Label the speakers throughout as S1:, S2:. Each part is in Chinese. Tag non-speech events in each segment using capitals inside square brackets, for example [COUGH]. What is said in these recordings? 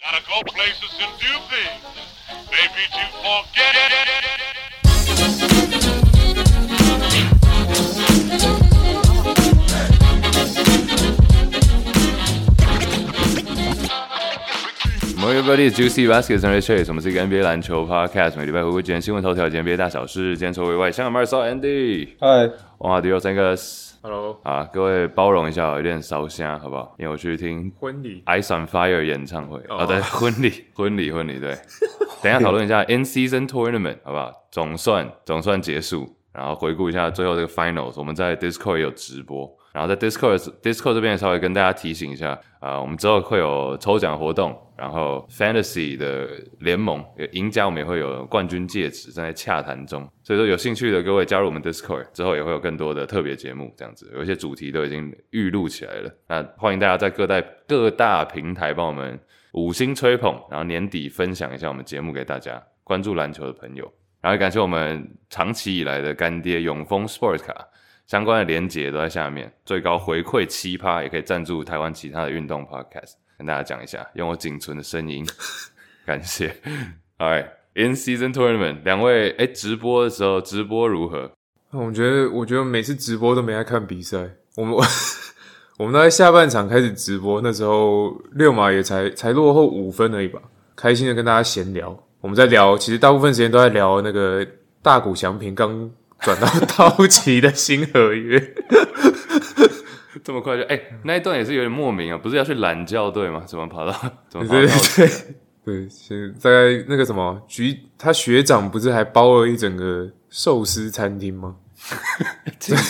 S1: gotta go places and do things. They beat you for get
S2: Hello everybody, it's Juicy Vasquez and Rich Chase。我们是一个 NBA 篮球 podcast，每礼拜回顾今天新闻头条、今天 NBA 大小事、今天球为外。香港 m a r c e Andy，
S3: 嗨，
S4: 啊
S2: 哇，迪奥三个 s
S4: Hello，
S2: 啊，各位包容一下哦，有点烧香好不好？因为我去听
S4: 婚礼
S2: Ice on Fire 演唱会
S4: 哦
S2: 啊，对，婚礼，婚礼，婚礼，对。等一下讨论一下 In Season Tournament 好不好？总算总算结束，然后回顾一下最后这个 Finals，我们在 Discord 也有直播。然后在 Discord Discord 这边也稍微跟大家提醒一下啊、我们之后会有抽奖活动，然后 Fantasy 的联盟呃赢家我们也会有冠军戒指，正在洽谈中。所以说有兴趣的各位加入我们 Discord 之后，也会有更多的特别节目，这样子有一些主题都已经预录起来了。那欢迎大家在各大各大平台帮我们五星吹捧，然后年底分享一下我们节目给大家关注篮球的朋友，然后也感谢我们长期以来的干爹永丰 Sports 卡，相关的连结都在下面，最高回馈七趴也可以赞助台湾其他的运动 Podcast，跟大家讲一下，用我仅存的声音， [LAUGHS] 感谢。Alright，in season tournament，两位哎、直播的时候直播如何？
S4: 我觉得，我觉得每次直播都没在看比赛，我们我们大概下半场开始直播，那时候六马也才才落后五分而已吧，开心的跟大家闲聊，我们在聊，其实大部分时间都在聊那个大谷翔平刚转到 [LAUGHS] 道奇的新合约，
S2: 这么快就哎、那一段也是有点莫名啊，不是要去懒教队吗？怎么跑到怎么跑
S4: 对
S2: 到？
S4: 对对，现在那个什么局，他学长不是还包了一整个寿司餐厅吗？
S2: 这种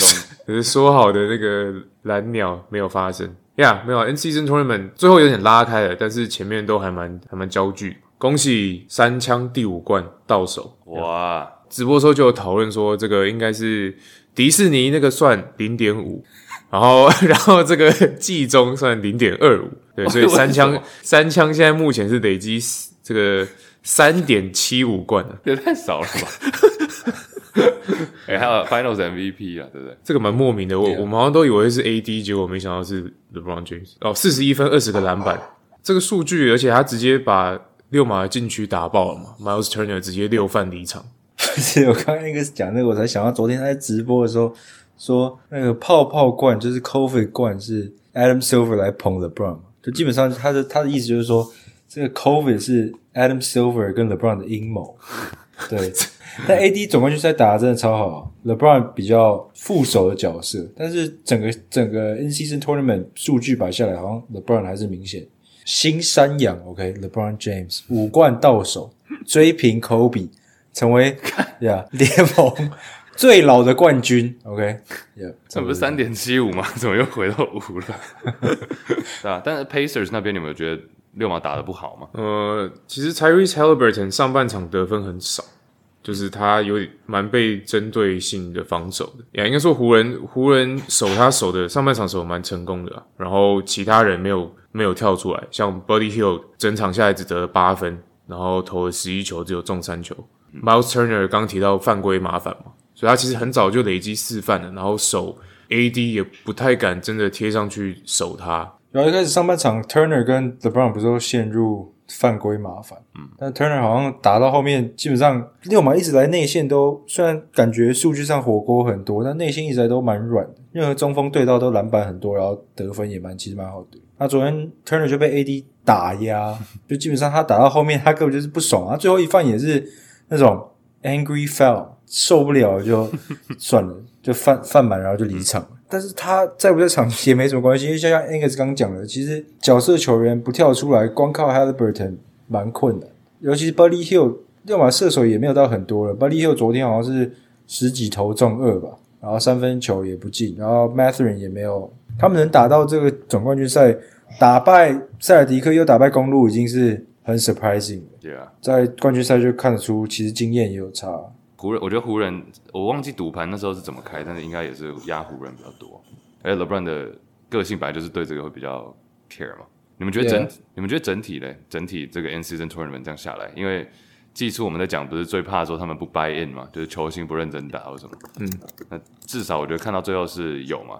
S4: 可是说好的那个蓝鸟没有发生呀没有啊 N season tournament 最后有点拉开了，但是前面都还蛮还蛮焦距。恭喜三枪第五冠到手。
S2: 哇，
S4: 直播的时候就有讨论说，这个应该是迪士尼那个算零点五，然后然后这个季中算零点二五，对，所以
S2: [LAUGHS]
S4: 三
S2: 为什
S4: 枪
S2: 么
S4: 三枪现在目前是累积这个三点七五冠啊，
S2: 也太少了吧？ [LAUGHS] 哎、还有 Finals MVP 啊，对不对？
S4: 这个蛮莫名的，我我们好像都以为是 AD，结果没想到是 LeBron James 哦，四十一分，二十个篮板，这个数据，而且他直接把六马的禁区打爆了嘛，Miles Turner 直接六犯离场，
S3: 不是 [LAUGHS] 我刚刚那个讲那个，我才想到昨天他在直播的时候说那个泡泡罐就是 COVID 罐是 Adam Silver 来捧 LeBron，嘛就基本上他的他的意思就是说这个 COVID 是 Adam Silver 跟 LeBron 的阴谋， [LAUGHS] 对。但 AD 总冠军赛打的真的超好，LeBron 比较副手的角色，但是整个整个 N season tournament 数据摆下来，好像 LeBron 还是明显新山羊。OK，LeBron、James 五冠到手，追平 Kobe，成为呀、联盟最老的冠军。OK，呀、
S2: 这不是三点七五吗？ [LAUGHS] 怎么又回到五了？ [LAUGHS] 对啊，但是 Pacers 那边你们有觉得六马打的不好吗？
S4: 呃，其实 Tyrese Halliburton 上半场得分很少，就是他有点蛮被针对性的防守的。呀，应该说湖人湖人守他守的上半场守得蛮成功的啊、然后其他人没有没有跳出来，像 Buddy Hill 整场下来只得了八分，然后投了十一球，只有中三球。Miles Turner 刚提到犯规麻烦嘛，所以他其实很早就累积四犯了，然后守 AD 也不太敢真的贴上去守他，
S3: 然后一开始上半场，Turner 跟 LeBron 不是都陷入犯规麻烦，嗯，但 Turner 好像打到后面，基本上六马一直来内线都，虽然感觉数据上火锅很多，但内线一直来都蛮软的，任何中锋对到都篮板很多，然后得分也蛮其实蛮好的。那昨天 Turner 就被 AD 打压，就基本上他打到后面，他根本就是不爽，啊他最后一犯也是那种 angry foul，受不了就算了，就犯犯满然后就离场。但是他在不在场也没什么关系，因为就像 Angus 刚讲的，其实角色球员不跳出来，光靠 Halliburton 蛮困难，尤其是 Buddy Hill，要么射手也没有到很多了，Buddy Hill 昨天好像是十几投中二吧，然后三分球也不进，然后 Mathurin 也没有，他们能打到这个总冠军赛，打败塞尔迪克又打败公路，已经是很 surprising 了。
S2: 对啊，
S3: 在冠军赛就看得出，其实经验也有差。
S2: 湖人，我觉得湖人，我忘记赌盘那时候是怎么开，但是应该也是压湖人比较多。而且 LeBron 的个性本来就是对这个会比较 care 嘛。你们觉得整
S3: Yeah
S2: 你们觉得整体嘞？整体这个 N season tournament 这样下来，因为季初我们在讲，不是最怕说他们不 buy in 嘛，就是球星不认真打或什么。
S4: 嗯，
S2: 那至少我觉得看到最后是有嘛，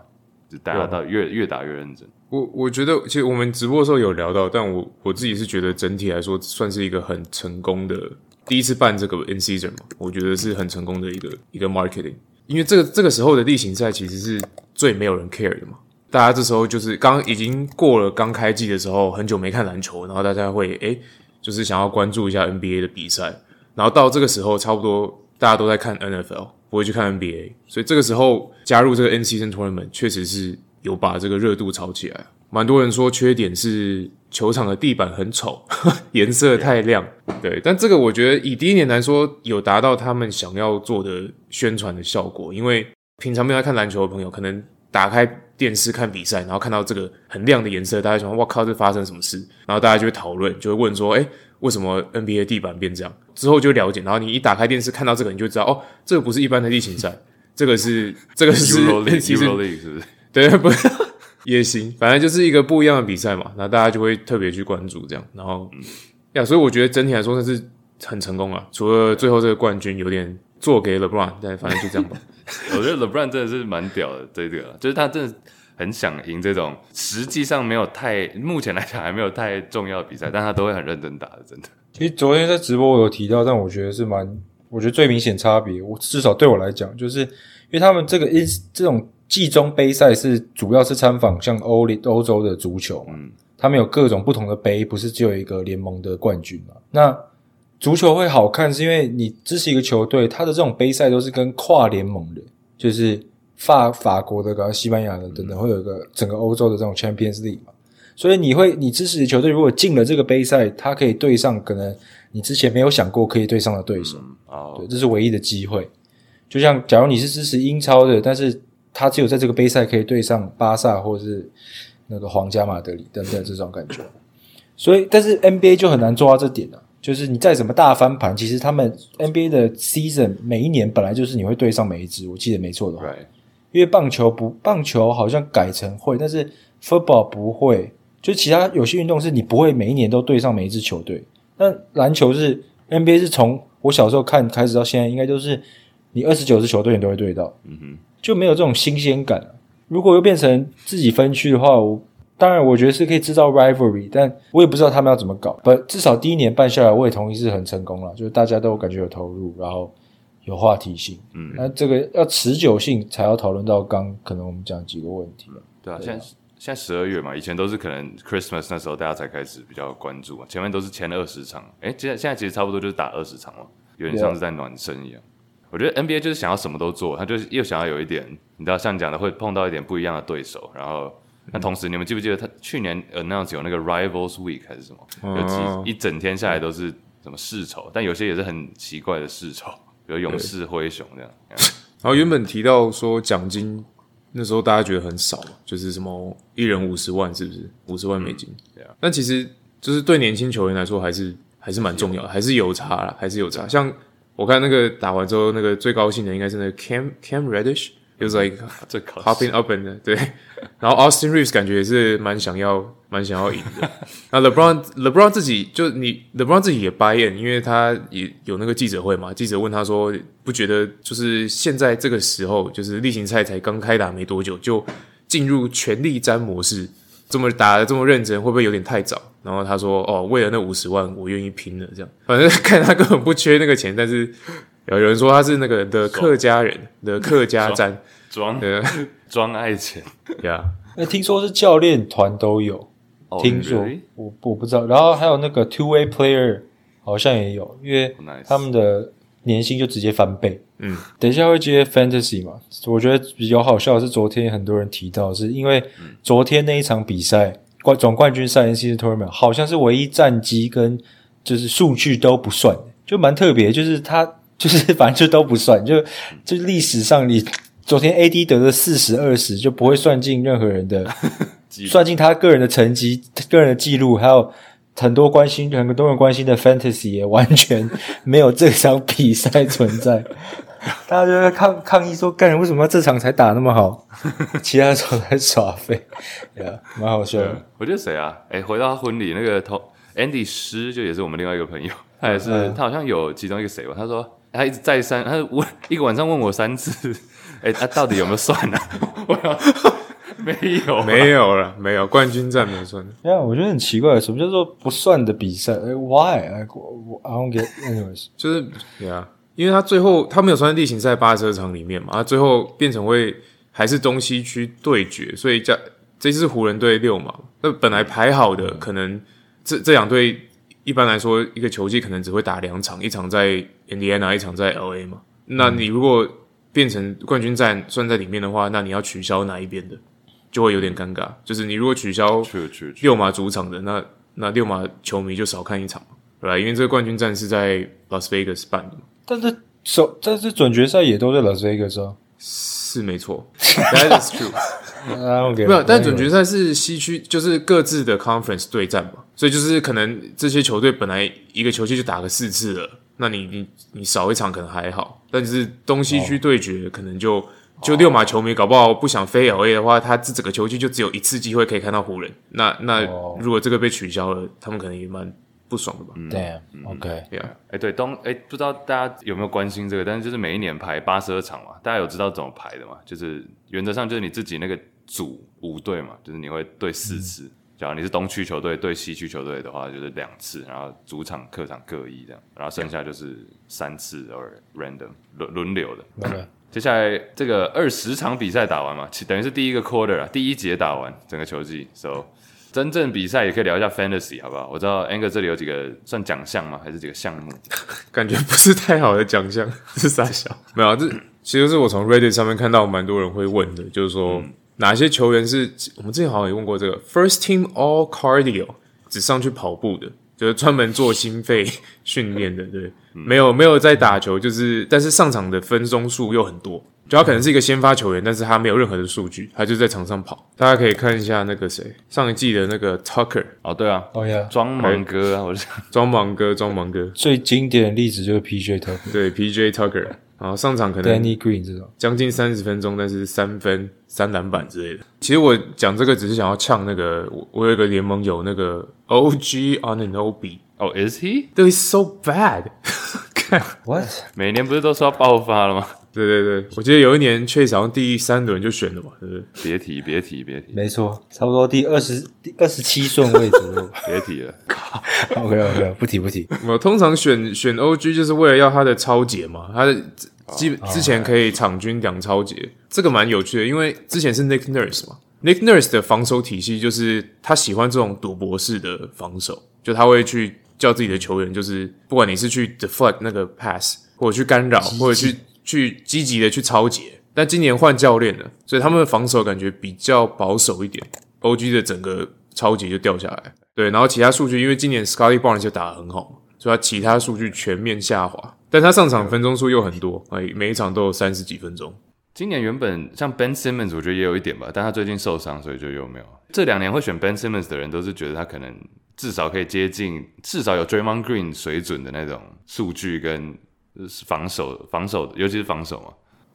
S2: 就大家到越越打越认真。
S4: 我我觉得，其实我们直播的时候有聊到，但我我自己是觉得整体来说算是一个很成功的第一次办这个 in season 嘛，我觉得是很成功的一个一个 marketing，因为这个这个时候的例行赛其实是最没有人 care 的嘛，大家这时候就是刚已经过了刚开季的时候，很久没看篮球，然后大家会诶就是想要关注一下 NBA 的比赛，然后到这个时候差不多大家都在看 NFL，不会去看 NBA，所以这个时候加入这个 N season tournament 确实是有把这个热度炒起来。蛮多人说缺点是球场的地板很丑，颜色太亮，对，但这个我觉得以第一年来说，有达到他们想要做的宣传的效果，因为平常没有在看篮球的朋友，可能打开电视看比赛，然后看到这个很亮的颜色，大家想，哇靠，这发生什么事？然后大家就会讨论，就会问说，哎，为什么 NBA 地板变这样？之后就了解，然后你一打开电视看到这个，你就知道，哦，这个不是一般的例行赛，这个是这个是
S2: Euro League
S4: [LAUGHS] 其实
S2: Euro League 是不是？
S4: [LAUGHS] 对，不也行，反正就是一个不一样的比赛嘛，那大家就会特别去关注这样，然后呀，所以我觉得整体来说算是很成功了，除了最后这个冠军有点做给 LeBron，但反正就这 [LAUGHS] 样吧。
S2: 我觉得 LeBron 真的是蛮屌的，这个就是他真的很想赢这种实际上没有太目前来讲还没有太重要的比赛，但他都会很认真打的，真的。
S3: 其实昨天在直播我有提到，但我觉得是蛮，我觉得最明显差别，我至少对我来讲，就是因为他们这个因这种季中杯赛是主要是参访像欧联欧洲的足球嘛，他们有各种不同的杯，不是只有一个联盟的冠军嘛。那足球会好看，是因为你支持一个球队，他的这种杯赛都是跟跨联盟的，就是法法国的、跟西班牙的等等，会有一个整个欧洲的这种 Champions League 嘛。所以你会，你支持的球队如果进了这个杯赛，他可以对上可能你之前没有想过可以对上的对手，
S2: 哦
S3: 对，，这是唯一的机会。就像假如你是支持英超的，但是他只有在这个杯赛可以对上巴萨或是那个皇家马德里等等这种感觉。所以，但是 NBA 就很难做到这点了、啊就是你再怎么大翻盘，其实他们 NBA 的 season 每一年本来就是你会对上每一支，我记得没错的话。
S2: 对，
S3: 因为棒球不棒球好像改成会，但是 football 不会，就其他有些运动是你不会每一年都对上每一支球队。但篮球是 NBA 是从我小时候看开始到现在，应该都是你二十九支球队你都会对到，
S2: 嗯哼，
S3: 就没有这种新鲜感、啊如果又变成自己分区的话，我当然我觉得是可以制造 rivalry，但我也不知道他们要怎么搞。不，至少第一年办下来，我也同意是很成功了，就是大家都感觉有投入，然后有话题性。
S2: 嗯
S3: 那这个要持久性，才要讨论到刚可能我们讲几个问题。
S2: 对啊，现在现在十二月嘛，以前都是可能 Christmas 那时候大家才开始比较关注嘛，前面都是前二十场，哎、现在现在其实差不多就是打二十场嘛，有点像是在暖身一样。我觉得 NBA 就是想要什么都做，他就是又想要有一点，你知道像你讲的会碰到一点不一样的对手，然后那同时你们记不记得他去年 announce 有那个 Rivals Week 还是什么，有
S4: 哦
S2: 几一整天下来都是什么世仇，但有些也是很奇怪的世仇，比如勇士、灰熊这样。
S4: 然后原本提到说奖金那时候大家觉得很少嘛，就是什么一人五十万，是不是五十万美金？对啊。但其实就是对年轻球员来说，还是还是蛮重要的，还是有差啦，还是有差。像我看那个打完之后，那个最高兴的应该是那个 Cam Cam Reddish。It was like
S2: 最高兴
S4: popping up and 对， [LAUGHS] 然后 Austin Reeves 感觉也是蛮想要蛮想要赢的。那 LeBron LeBron 自己就你 LeBron 自己也 buy in，因为他也有那个记者会嘛，记者问他说，不觉得就是现在这个时候，就是例行赛才刚开打没多久，就进入全力战模式，这么打的这么认真，会不会有点太早？然后他说，哦，为了那五十万，我愿意拼了，这样。反正看他根本不缺那个钱，但是有有人说他是那个的客家人的客家战，
S2: 装
S4: 对。 [LAUGHS]
S2: 装爱钱，
S4: 呀，
S3: 那听说是教练团都有，
S2: 哦
S3: 听说
S2: really？
S3: 我我不知道。然后还有那个 two way player 好像也有，因为
S2: 哦 Nice
S3: 他们的年薪就直接翻倍。
S4: 嗯，
S3: 等一下会接 fantasy 嘛？我觉得比较好笑的是，昨天很多人提到，是因为
S2: 嗯
S3: 昨天那一场比赛冠总冠军赛 NCAA tournament 好像是唯一战绩跟就是数据都不算，就蛮特别，就是他 [LAUGHS] 就是反正就都不算，就就历史上你昨天 AD 得了四十二十就不会算进任何人的
S2: 记录
S3: 算进他个人的成绩、个人的记录，还有很多关心、很多人关心的 fantasy 也完全没有这场比赛存
S4: [LAUGHS]
S3: 在。大家就在抗抗议说：“干，为什么这场才打那
S4: [LAUGHS]
S3: 么好，其他时候在耍废？”呀，蛮好笑的。
S2: [LAUGHS] 我觉得谁啊？哎、回到他婚礼那个同 Andy 师，就也是我们另外一个
S4: [LAUGHS]
S2: 朋友，他也是、
S3: 嗯
S2: 他好像有其中一个谁吧？他说他一直再 [LAUGHS] 啊 [LAUGHS] 三，他问一个晚上问我三次，哎、他到底有没有算啊？我想没有，
S4: [LAUGHS]
S2: [LAUGHS]
S4: 没有了，没有冠军战没有算。
S3: 对啊，我觉得很奇怪，什么叫做不算的比赛？哎，Why？哎，我我 I don't get anyways。
S4: 就是对啊，因为他最后他没有算在例行赛八十二场里面嘛，他最后变成会还是东西区对决，所以加这次湖人队六嘛，那本来排好的可能这这两队一般来说一个球季可能只会打两场，一场在 Indiana，一场在 LA 嘛。那你如果变成冠军战算在里面的话，那你要取消哪一边的，就会有点尴尬。就是你如果取消
S2: 去去去，
S4: 六马主场的，那那六马球迷就少看一场嘛，对吧？因为这个冠军战是在 Las Vegas 办的嘛，
S3: 但是首但是总决赛也都在 Las Vegas 啊。
S4: 是没错 [LAUGHS] ，That is true。
S3: I don't get。
S4: 没有，但总决赛是西区，就是各自的 conference 对战嘛，所以就是可能这些球队本来一个球季就打个四次了，那你你你少一场可能还好，但是东西区对决可能就。就六马球迷搞不好不想飞 L A 的话，他这整个球季就只有一次机会可以看到湖人。那那
S3: 哦嗯
S4: 如果这个被取消了，他们可能也蛮不爽的吧？
S3: Damn。OK。
S4: 对啊，
S2: 哎，对东哎，不知道大家有没有关心这个，但是就是每一年排八十二场嘛，大家有知道怎么排的嘛？就是原则上就是你自己那个组五队嘛，就是你会对四次。假如你是东区球队对西区球队的话，就是两次，然后主场客场各一这样，然后剩下就是三次 or random 轮轮流的。
S3: OK。
S2: 接下来这个二十场比赛打完嘛，其等于是第一个 quarter 啊，第一节打完整个球季。So 真正比赛也可以聊一下 fantasy 好不好？我知道 Anger 这里有几个算奖项吗？还是几个项目？
S4: 感觉不是太好的奖项， [LAUGHS] 是傻笑。没有啊，这其实是我从 Reddit 上面看到蛮多人会问的，就是说、哪些球员是我们之前好像也问过这个 First Team All Cardio，只上去跑步的，就是专门做心肺 [LAUGHS] 训练的，对，没有没有在打球，就是但是上场的分钟数又很多。就他可能是一个先发球员，但是他没有任何的数据，他就在场上跑。大家可以看一下那个谁，上一季的那个 Tucker
S2: 哦，对啊，
S3: 哦呀，
S2: 装盲哥啊，我是
S4: 装忙哥，装忙哥，
S3: 最经典的例子就是 PJ Tucker、
S4: 对 PJ Tucker，然后上场可能
S3: Danny Green 这种。
S4: 将近三十分钟，但是三分、三篮板之类的。其实我讲这个只是想要呛那个，我我有一个联盟有那个 OG on an OB，
S2: 哦，Is he？
S4: 对，so bad [LAUGHS] 看。
S3: What？
S2: 每年不是都说要爆发了吗？
S4: 对对对，我记得有一年确实好像第三轮就选了嘛，对不对？
S2: [LAUGHS] 别提，别提，别提，
S3: 没错，差不多第二十第二十七顺位左 [LAUGHS] 右。
S2: 别提了。
S3: OK OK，不提不提。
S4: 我通常选选 OG 就是为了要他的超节嘛，他的基之前可以场均两超节，这个蛮有趣的，因为之前是 Nick Nurse 嘛，Nick Nurse 的防守体系就是他喜欢这种赌博式的防守，就他会去叫自己的球员，就是不管你是去 deflect 那个 pass，或者去干扰，或者去去积极的去超节。但今年换教练了，所以他们的防守感觉比较保守一点，OG 的整个超级就掉下来。对，然后其他数据，因为今年 Scotty Barnes 就打得很好嘛，所以他其他数据全面下滑。但他上场分钟数又很多，哎，每一场都有三十几分钟。
S2: 今年原本像 Ben Simmons，我觉得也有一点吧，但他最近受伤，所以就又没有。这两年会选 Ben Simmons 的人，都是觉得他可能至少可以接近，至少有 Draymond Green 水准的那种数据跟呃防守，防守，尤其是防守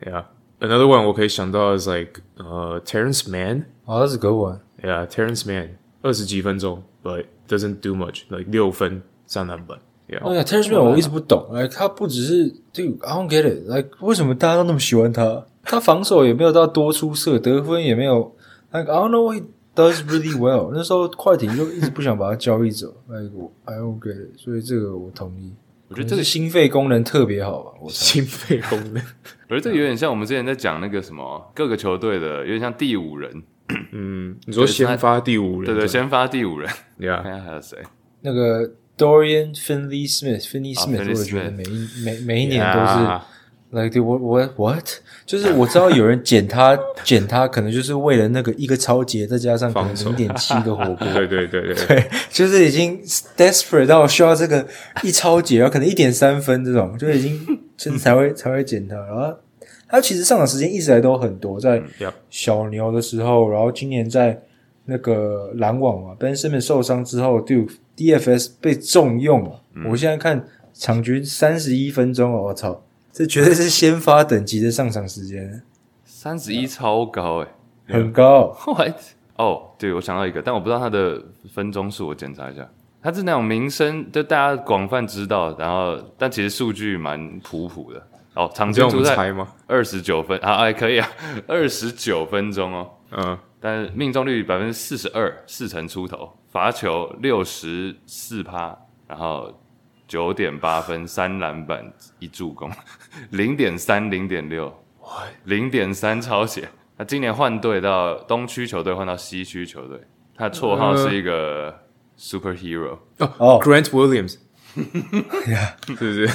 S2: 嘛。
S4: Yeah，another one 我可以想到的是 like 呃、Terrence Mann，Yeah，Terrence
S3: 好，哦那是隔晚。
S4: Mann 二十几分钟，but doesn't do much，like 六分三篮板。
S3: 哎
S4: Yeah，
S3: 呀，Terrence Mann 我一直不懂，哎，他不只是 Dude，I don't get it，like 为什么大家都那么喜欢他？他防守也没有到多出色，得分也没有，like I don't know what he does really well。那时候快艇就一直不想把他交易走，like 我 I don't get it，所以这个我同意。
S2: 我
S3: 我
S2: 觉得这个
S3: 心肺功能特别好吧？我猜
S4: 心肺功能。
S2: 我觉得这个有点像我们之前在讲那个什么各个球队的，有点像第五人，
S4: 嗯，你说先发第五
S2: 对
S4: 人，
S2: 对，先发第五人，
S4: ，Yeah
S2: 看。一下还有谁？
S3: 那个 Dorian Finley Smith，Finley Smith，
S2: Finley
S3: 我也觉得
S2: Smith
S3: 每一每每一年都是。
S4: Yeah
S3: Like dude, what what what？就是我知道有人 [LAUGHS] 捡他，捡他可能就是为了那个一个超节，再加上可能
S4: 防守
S3: 零点七个火锅，
S4: 对对对对，
S3: 对， [LAUGHS] 就是已经 desperate 到需要这个一超节，然后可能一点三分这种，就
S4: [LAUGHS]
S3: 已经就是才会才会捡他。然后他其实上场时间一直来都很多，在
S4: Yep
S3: 小牛的时候，然后今年在那个篮网嘛，Ben Simmons 受伤之后，Duke DFS 被重用了。
S4: 嗯
S3: 我现在看场均三十一分钟哦，我操！这绝对是先发等级的上场时间，
S2: 三十一超高哎、
S3: 很高。
S2: What？哦，对，我想到一个，但我不知道他的分钟数，我检查一下。他是那种名声，就大家广泛知道，然后但其实数据蛮普普的。哦，场
S4: 你知道
S2: 均
S4: 我
S2: 出
S4: 们
S2: 赛
S4: 猜吗？
S2: 二十九分啊，哎可以啊，二十九分钟哦。
S4: 嗯，
S2: 但是命中率百分之四十二，四成出头，罚球六十四趴，然后九点八分，三篮板一助攻，零点三，零点六，零点三超写。他今年换队到东区球队，换到西区球队，他的绰号
S4: 呃
S2: 是一个 superhero，、
S3: 哦
S4: 哦，Grant Williams，是不是？
S3: 哎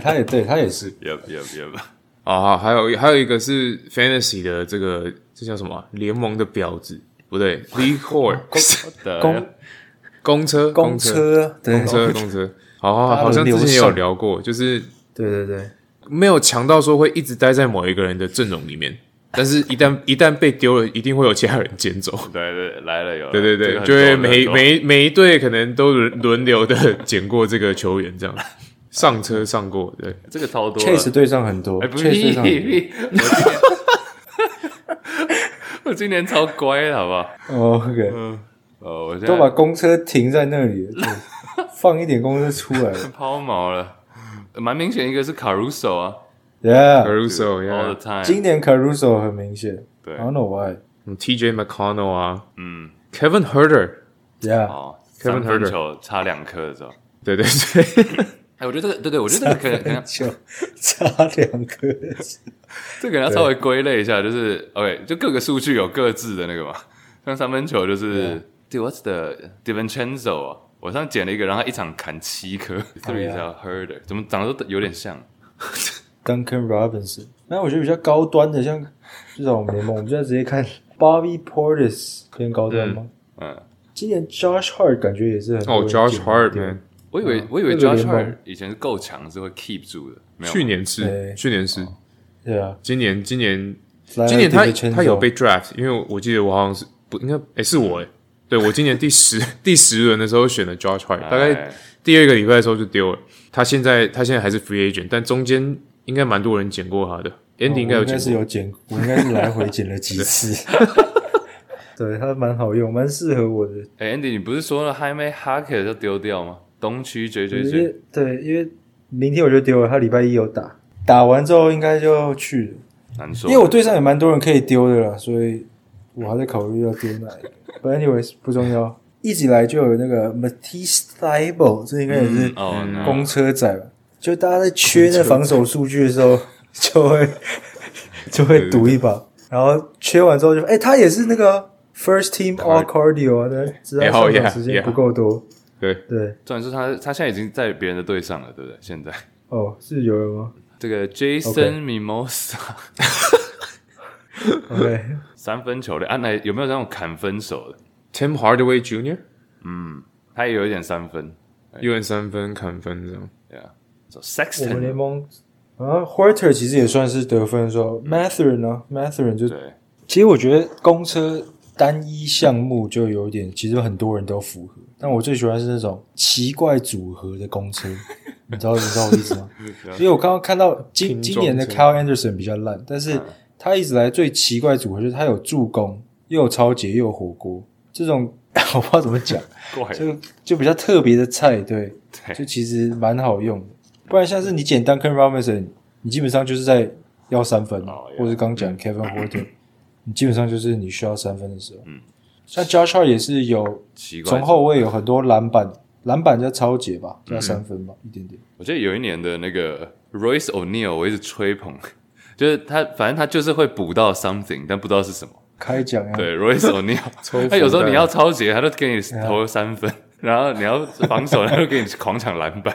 S3: 他也对他也是
S2: yep yep
S4: [LAUGHS]
S2: yep，
S4: 啊，好还有还有一个是 Fantasy 的这个这叫什么啊联盟的婊子？不对，Lee
S2: [LAUGHS]
S4: Hor
S3: 公
S4: 公车
S3: 公
S4: 车
S3: 车，对
S4: 公车公车，好好
S3: 大家
S4: 好像
S3: 轮
S4: 之
S3: 流
S4: 前也有
S3: 上
S4: 聊过，就是
S3: 对对对，
S4: 没有强到说会一直待在某一个人的阵容里面，但是一旦一旦被丢了，一定会有其他人捡走。
S2: 对对来了有了，
S4: 对对
S2: 这
S4: 对
S2: 个，很
S4: 就会
S2: 多很
S4: 每
S2: 多
S4: 每每一队可能都轮轮流的 [LAUGHS] 捡过这个球员，这样上车上过，
S2: [LAUGHS]
S4: 对，
S2: 这个
S4: 啊
S2: 超多了
S3: Chase 对上很多
S2: 哎、不是，
S3: ，Chase 对上很多
S2: 我今年
S3: [LAUGHS]
S2: 我今年超乖的，好不好？
S3: 哦，OK，
S4: 嗯
S2: 哦，我现
S3: 都把
S2: 在
S3: 公车停在那里了，
S4: [LAUGHS]
S3: 对放一点公车出来了
S2: 抛锚了，蛮明显，一个是 Caruso 啊
S3: ，Yeah，
S4: Caruso
S2: ，All the
S4: 呀
S2: time，
S3: 今年 Caruso 很明显
S2: 对
S3: ，I，don't know why，Yeah，
S4: 嗯，TJ McConnell 啊
S2: 嗯，
S4: ，Kevin Herter，
S3: 啊
S2: 哦，
S4: Kevin
S2: 三分球差两颗的时候，
S4: 对对对，
S2: 哎，我觉得这个，对对，我觉得这个可能可能
S3: 哎就差两个，
S2: 这个要稍微归类一下，就是 OK，就各个数据有各自的那个嘛。像三分球就是，Dude what's the Divincenzo 啊？我上次捡了一个，然后他一场砍七颗，
S3: Oh，
S2: 这个也叫 Herder，怎么长得都有点像。
S3: Duncan Robinson。那我觉得比较高端的，像至少我们联盟，我们就要直接看 Bobby Portis 偏高端吗？
S2: 嗯，
S3: 今年 Josh Hart 感觉也是很多
S4: 哦
S3: 人
S4: ，Josh
S3: 进
S4: Hart
S3: 对
S4: man，
S2: 我以为、我以为
S3: 那个
S2: Josh
S3: 啊联盟
S2: Hart 以前是够强，是会 keep 住的。没有，
S4: 去年是
S3: 对
S4: 去年是，
S3: 对啊，
S4: 今年今年
S3: 今
S4: 今年他他有被 draft，因为我记得我好像是不应该，诶，是我诶，对我今年第十 [LAUGHS] 第十轮的时候选了 Josh Hart，大概
S2: 哎
S4: 第二个礼拜的时候就丢了。他现在他现在还是 free agent，但中间应该蛮多人捡过他的，Andy 应该有
S3: 应
S4: 捡
S3: 该是
S4: 过。
S3: 有 [LAUGHS] 剪，哦我应该是来回剪了几次。 [LAUGHS] 对他蛮好用，蛮适合我的。
S2: 哎、Andy，你不是说了 Jaime Hacker 就丢掉吗？东区追追
S3: 因
S2: 追，
S3: 为对，因为明天我就丢了，他礼拜一有打，打完之后应该就去了。
S2: 难
S3: 因为
S2: 说。
S3: 我队上也蛮多人可以丢的了，所以我还在考虑要丢哪一个。But anyways，不重 [LAUGHS] 要。一直以来就有那个 Matisse t h i b o 这应该也是
S2: 哦，那
S3: 公车仔吧？就大家在缺那防守数据的时候， [LAUGHS] 就会就会赌一把，然后缺完之后就哎、他也是那个 First Team All Cardio 啊，对，只要上
S4: Yeah,
S3: 场
S4: yeah,
S3: 时间不够多。
S4: 对
S3: 对，
S2: 重点是他他现在已经在别人的队上了，对不对？现在
S3: 哦，是有人吗
S2: 这个 Jason Mimosa。
S3: ？OK，
S2: 三分球的，安、啊、来有没有那种砍分手的？
S4: Tim Hardaway Jr.
S2: 他也有一点三分，
S4: 一人三分砍分这样，
S2: 对啊。So
S3: 我们联
S2: Sexton，
S3: 盟啊，Horter 其实也算是得分的时候，Mathurin 呢，Mathurin 就
S2: 对，
S3: 其实我觉得公车单一项目就有点，其实很多人都符合，但我最喜欢是那种奇怪组合的公车，你知道你知道我意思吗？因为我刚刚看到今
S4: 拼装
S3: 今年的
S4: 车
S3: Cal Anderson 比较烂，但是他一直来最奇怪组合就是他有助攻，又有超解，又有火锅，这种 [LAUGHS] 我不知道怎么讲，
S2: 怪
S3: 就就比较特别的菜，对，
S2: 哎对
S3: 就其实蛮好用的。不然像是你简单跟 Robinson，你基本上就是在要三分，
S2: 哦，yeah
S3: 或者刚讲 Kevin Horter，你基本上就是你需要三分的时候。
S2: 嗯
S3: 像 Josh Hart 也是有
S2: 奇怪。
S3: 从后，卫有很多篮板，篮板叫超解吧，
S2: 嗯
S3: 叫三分吧，一点点。
S2: 我记得有一年的那个 Royce O'Neal，我一直吹捧，就是他，反正他就是会补到 something，但不知道是什么。
S3: 开奖呀，
S2: [LAUGHS] 对，Royce
S4: [LAUGHS]
S2: O'Neal，
S4: 抽
S2: [LAUGHS]
S4: 风
S2: 他有时候
S4: 弹哎
S2: 你要超节，他都给你投三分。然后你要防守，他就给你狂抢篮板，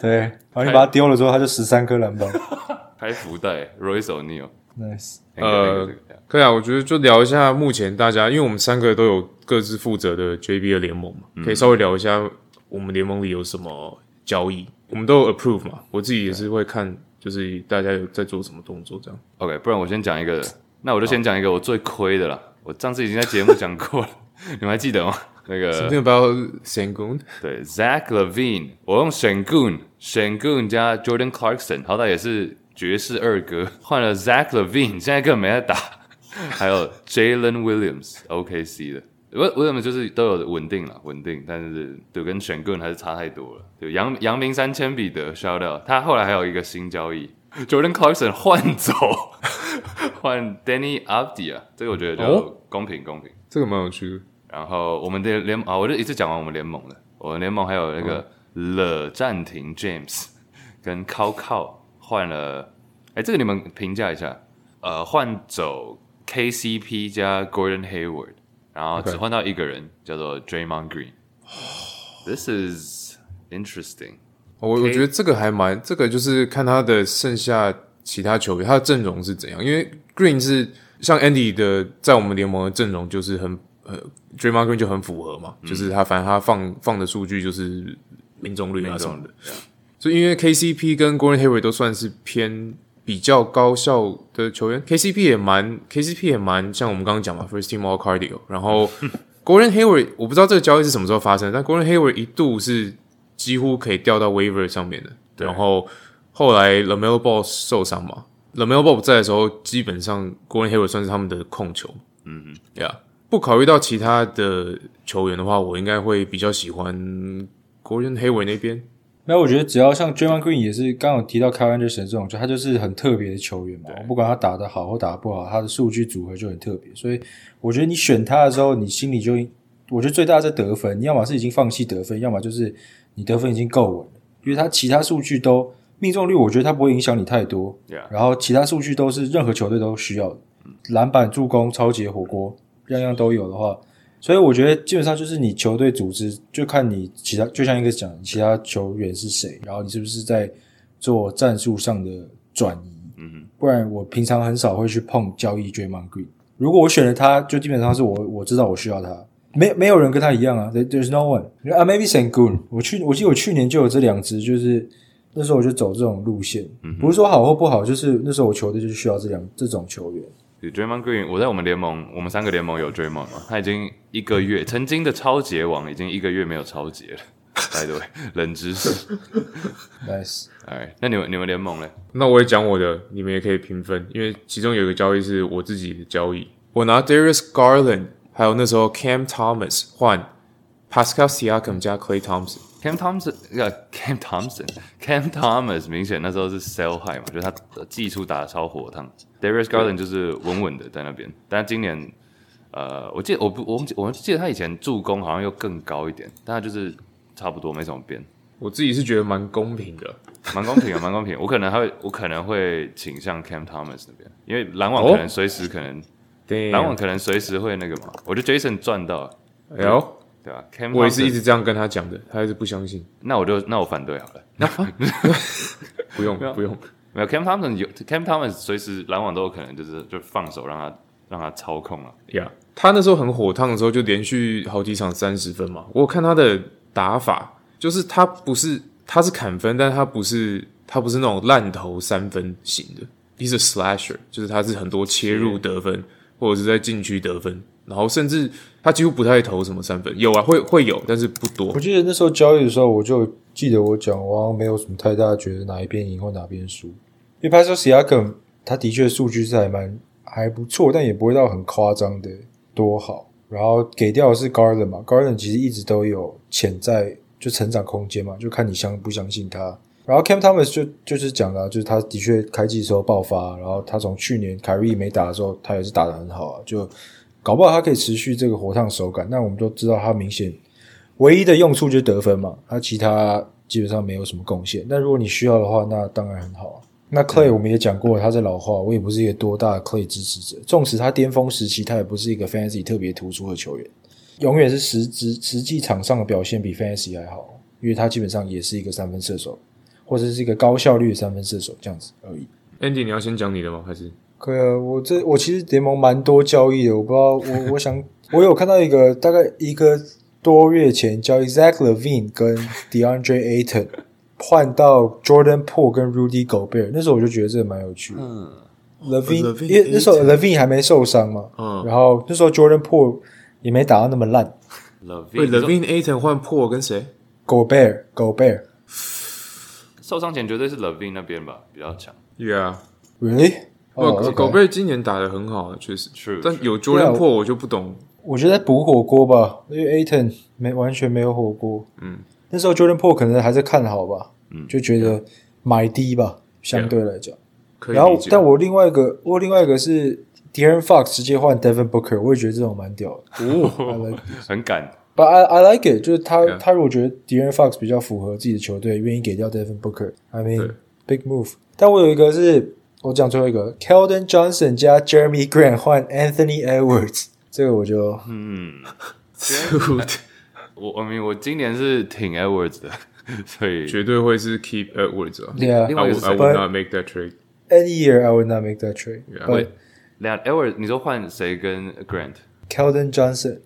S3: 对，然后你把它丢了之后，他就十三颗篮板 [LAUGHS]
S2: 开福袋，Royce O'Neal，
S3: ，nice。
S2: 那个
S4: 呃
S2: 那个那个
S4: 可以啊，我觉得就聊一下目前大家，因为我们三个都有各自负责的 JB 的联盟嘛，可以稍微聊一下我们联盟里有什么交易，我们都有 approve 嘛，我自己也是会看，就是大家有在做什么动作这样。
S2: OK，不然我先讲一个，那我就先讲一个我最亏的啦。我上次已经在节目讲过了， [LAUGHS] 你们还记得吗？那个
S4: Something about Sengun，
S2: 对，Zach Levine，我用 Shangun Shangun 加 Jordan Clarkson，好歹也是爵士二哥，换了 Zach Levine，现在根本没在打。 [LAUGHS] 还有 Jalen Williams，OKC 的，Wil- Williams 就是都有稳定了，稳定，但是对跟 Shangun 还是差太多了。对，杨杨明山铅笔的 shout out，他后来还有一个新交易，Jordan Clarkson 换走， [LAUGHS] 换 Danny Abdia，这个我觉得就
S4: 哦
S2: 公平公平。
S4: 这个蛮有趣的。
S2: 然后我们的联啊，我就一次讲完我们联盟了。我们联盟还有那个了暂停 James [LAUGHS] 跟 Cow Cow 换了，哎，这个你们评价一下。呃，换走 KCP 加 Gordon Hayward，然后只
S4: OK
S2: 换到一个人，叫做 Draymond Green。This is interesting。
S4: 哦我我觉得这个还蛮，这个就是看他的剩下其他球员，他的阵容是怎样。因为 Green 是像 Andy 的，在我们联盟的阵容就是很呃，Draymond Green 就很符合嘛，就是他反正他放放的数据就是命中率啊什么的。所以因为 KCP 跟 Gordon Hayward 都算是偏比较高效的球员，KCP 也蛮 KCP 也蛮像我们刚刚讲嘛，First Team All Cardio。然后 [LAUGHS] Gordon Hayward 我不知道这个交易是什么时候发生，但 Gordon Hayward 一度是几乎可以掉到 Waiver 上面的。然后后来 Lamelo Ball 受伤嘛，Lamelo Ball 不在的时候，基本上 Gordon Hayward 算是他们的控球。嗯哼，Yeah。不考虑到其他的球员的话，我应该会比较喜欢 Gordon Hayward 那边。
S3: 那我觉得只要像 Draymond Green 也是刚刚有提到 Kyle Anderson 这种，就他就是很特别的球员嘛，不管他打得好或打得不好，他的数据组合就很特别。所以我觉得你选他的时候，你心里就我觉得最大的得分，你要么是已经放弃得分，要么就是你得分已经够稳了，因为他其他数据都命中率，我觉得他不会影响你太多。
S2: Yeah
S3: 然后其他数据都是任何球队都需要的，篮板、助攻、超级火锅，样样都有的话，所以我觉得基本上就是你球队组织，就看你其他，就像一个讲其他球员是谁，然后你是不是在做战术上的转移。
S2: 嗯哼，
S3: 不然我平常很少会去碰交易 Draymond Green。如果我选了他，就基本上是我我知道我需要他，没没有人跟他一样啊，there-，There's no one 啊，maybe Sengun。我去，我记得我去年就有这两只，就是那时候我就走这种路线，不是说好或不好，就是那时候我球队就需要这两这种球员。
S2: 对 Draymond Green，我在我们联盟，我们三个联盟有 Draymond 嘛？他已经一个月，曾经的超节王已经一个月没有超节了。 [LAUGHS] 拜对，冷知识。
S3: Nice，
S2: 哎，那你们你们联盟嘞？
S4: 那我也讲我的，你们也可以评分，因为其中有一个交易是我自己的交易，我拿 Darius Garland，还有那时候 Cam Thomas 换 Pascal Siakam 加 Clay Thompson。
S2: Cam Thompson，呃，Cam Thompson，Cam Thomas 明显那时候是 sell high 嘛，就是他技术打得超火烫。Darius Garland 就是稳稳的在那边，但今年，呃，我记得我不我忘记我记得他以前助攻好像又更高一点，但他就是差不多没什么变，
S4: 我自己是觉得蛮公平的，
S2: 蛮公 [LAUGHS] 平的，啊蛮公平的。我可能还会我可能会倾向 Cam Thomas 那边，因为篮网可能随时可能、
S4: 对
S2: 篮网可能随时会那个嘛，我觉得 Jason 赚到了，
S4: 哎呦，
S2: 对吧、c a m
S4: 我也是一
S2: Thompson-
S4: 直这样跟他讲的，他还是不相信，
S2: 那我就那我反对好了。
S4: 不用
S2: 啊
S4: 不用，
S2: 没有 Cam Thompson 有 Cam Thompson 随时篮网都有可能就是就放手让他让他操控了。
S4: 呀、他那时候很火烫的时候，就连续好几场三十分嘛。我有看他的打法，就是他不是他是砍分，但他不是他不是那种烂头三分型的，he's a slasher，就是他是很多切入得分，或者是在禁区得分，然后甚至他几乎不太投什么三分，有啊会会有，但是不多
S3: 我。记得那时候交易的时候，我就记得我讲，我好像没有什么太大觉得哪一边赢或哪边输，因为 Pascal Siakam 他的确数据是还蛮还不错，但也不会到很夸张的多好。然后给掉的是 Garland 嘛，Garland 其实一直都有潜在就成长空间嘛，就看你相不相信他。然后 Cam Thomas 就就是讲了、啊就是他的确开季的时候爆发，然后他从去年凯瑞没打的时候，他也是打得很好啊，就搞不好他可以持续这个火烫手感。那我们都知道他明显唯一的用处就是得分嘛，他其他基本上没有什么贡献。那如果你需要的话，那当然很好啊。那 Clay 我们也讲过，他在老化，我也不是一个多大的 Clay 支持者。纵使他巅峰时期，他也不是一个 Fantasy 特别突出的球员，永远是实质实际场上的表现比 Fantasy 还好，因为他基本上也是一个三分射手，或者是一个高效率的三分射手这样子而已。
S4: Andy，你要先讲你的吗？还是
S3: 可以啊，我这我其实联盟蛮多交易的，我不知道我我想我有看到一个大概一个多月前交易 Zach Levine 跟 DeAndre Ayton 换到 Jordan Poole 跟 Rudy Gobert，那时候我就觉得这个蛮有趣的。
S2: 嗯，
S3: Levine
S4: 呃 Levine
S3: 因为那时候
S4: Ayton
S3: Levine 还没受伤嘛，
S4: 嗯
S3: 然后那时候 Jordan Poole 也没打到那么烂
S4: 喂
S2: Levine
S4: ，Levine Aton 换破跟谁？
S3: ，Gobert Gobert
S2: 受伤前绝对是 Levine 那边吧比较强。
S4: Yeah，
S3: really？
S4: 不
S3: 哦
S4: 过
S3: OK
S4: 狗贝今年打的很好，确实
S2: True，
S4: 但
S2: true
S4: 有
S3: 对啊
S4: Jordan
S3: 我
S4: 破我就不懂。
S3: 我觉得在补火锅吧，因为 Aton 没完全没有火锅。
S4: 嗯，
S3: 那时候 Jordan p o o 可能还在看好吧，
S2: 嗯
S3: 就觉得买低吧，相对来讲。
S4: 可以
S3: 然后
S4: 理解。，
S3: 但我另外一个，我另外一个是 Darren Fox 直接换 Devin Booker，我也觉得这种蛮屌的。
S4: [LAUGHS]
S3: I
S4: 哦，
S3: like-
S2: 很敢，
S3: But I I like it，就是他
S4: Yeah.
S3: 他如果觉得 Darren Fox 比较符合自己的球队，愿意给掉 Devin Booker，I
S4: 对
S3: mean big move。但我有一个是我讲最后一个 Keldon Johnson 加 Jeremy Grant 换 Anthony Edwards，这个我就
S2: 嗯，
S4: Dude，
S2: 我我明我今年是挺 Edwards 的，所以
S4: 绝对会是 keep Edwards 啊。
S3: Yeah，
S2: 另
S4: I
S2: 外一个
S4: would
S2: 是
S4: I would
S3: But-
S4: not make that trade。
S3: any year I would not make that trade。
S4: Yeah.
S3: But
S2: 两 Edwards，你说换谁跟 Grant？Keldon
S3: Keldon Johnson，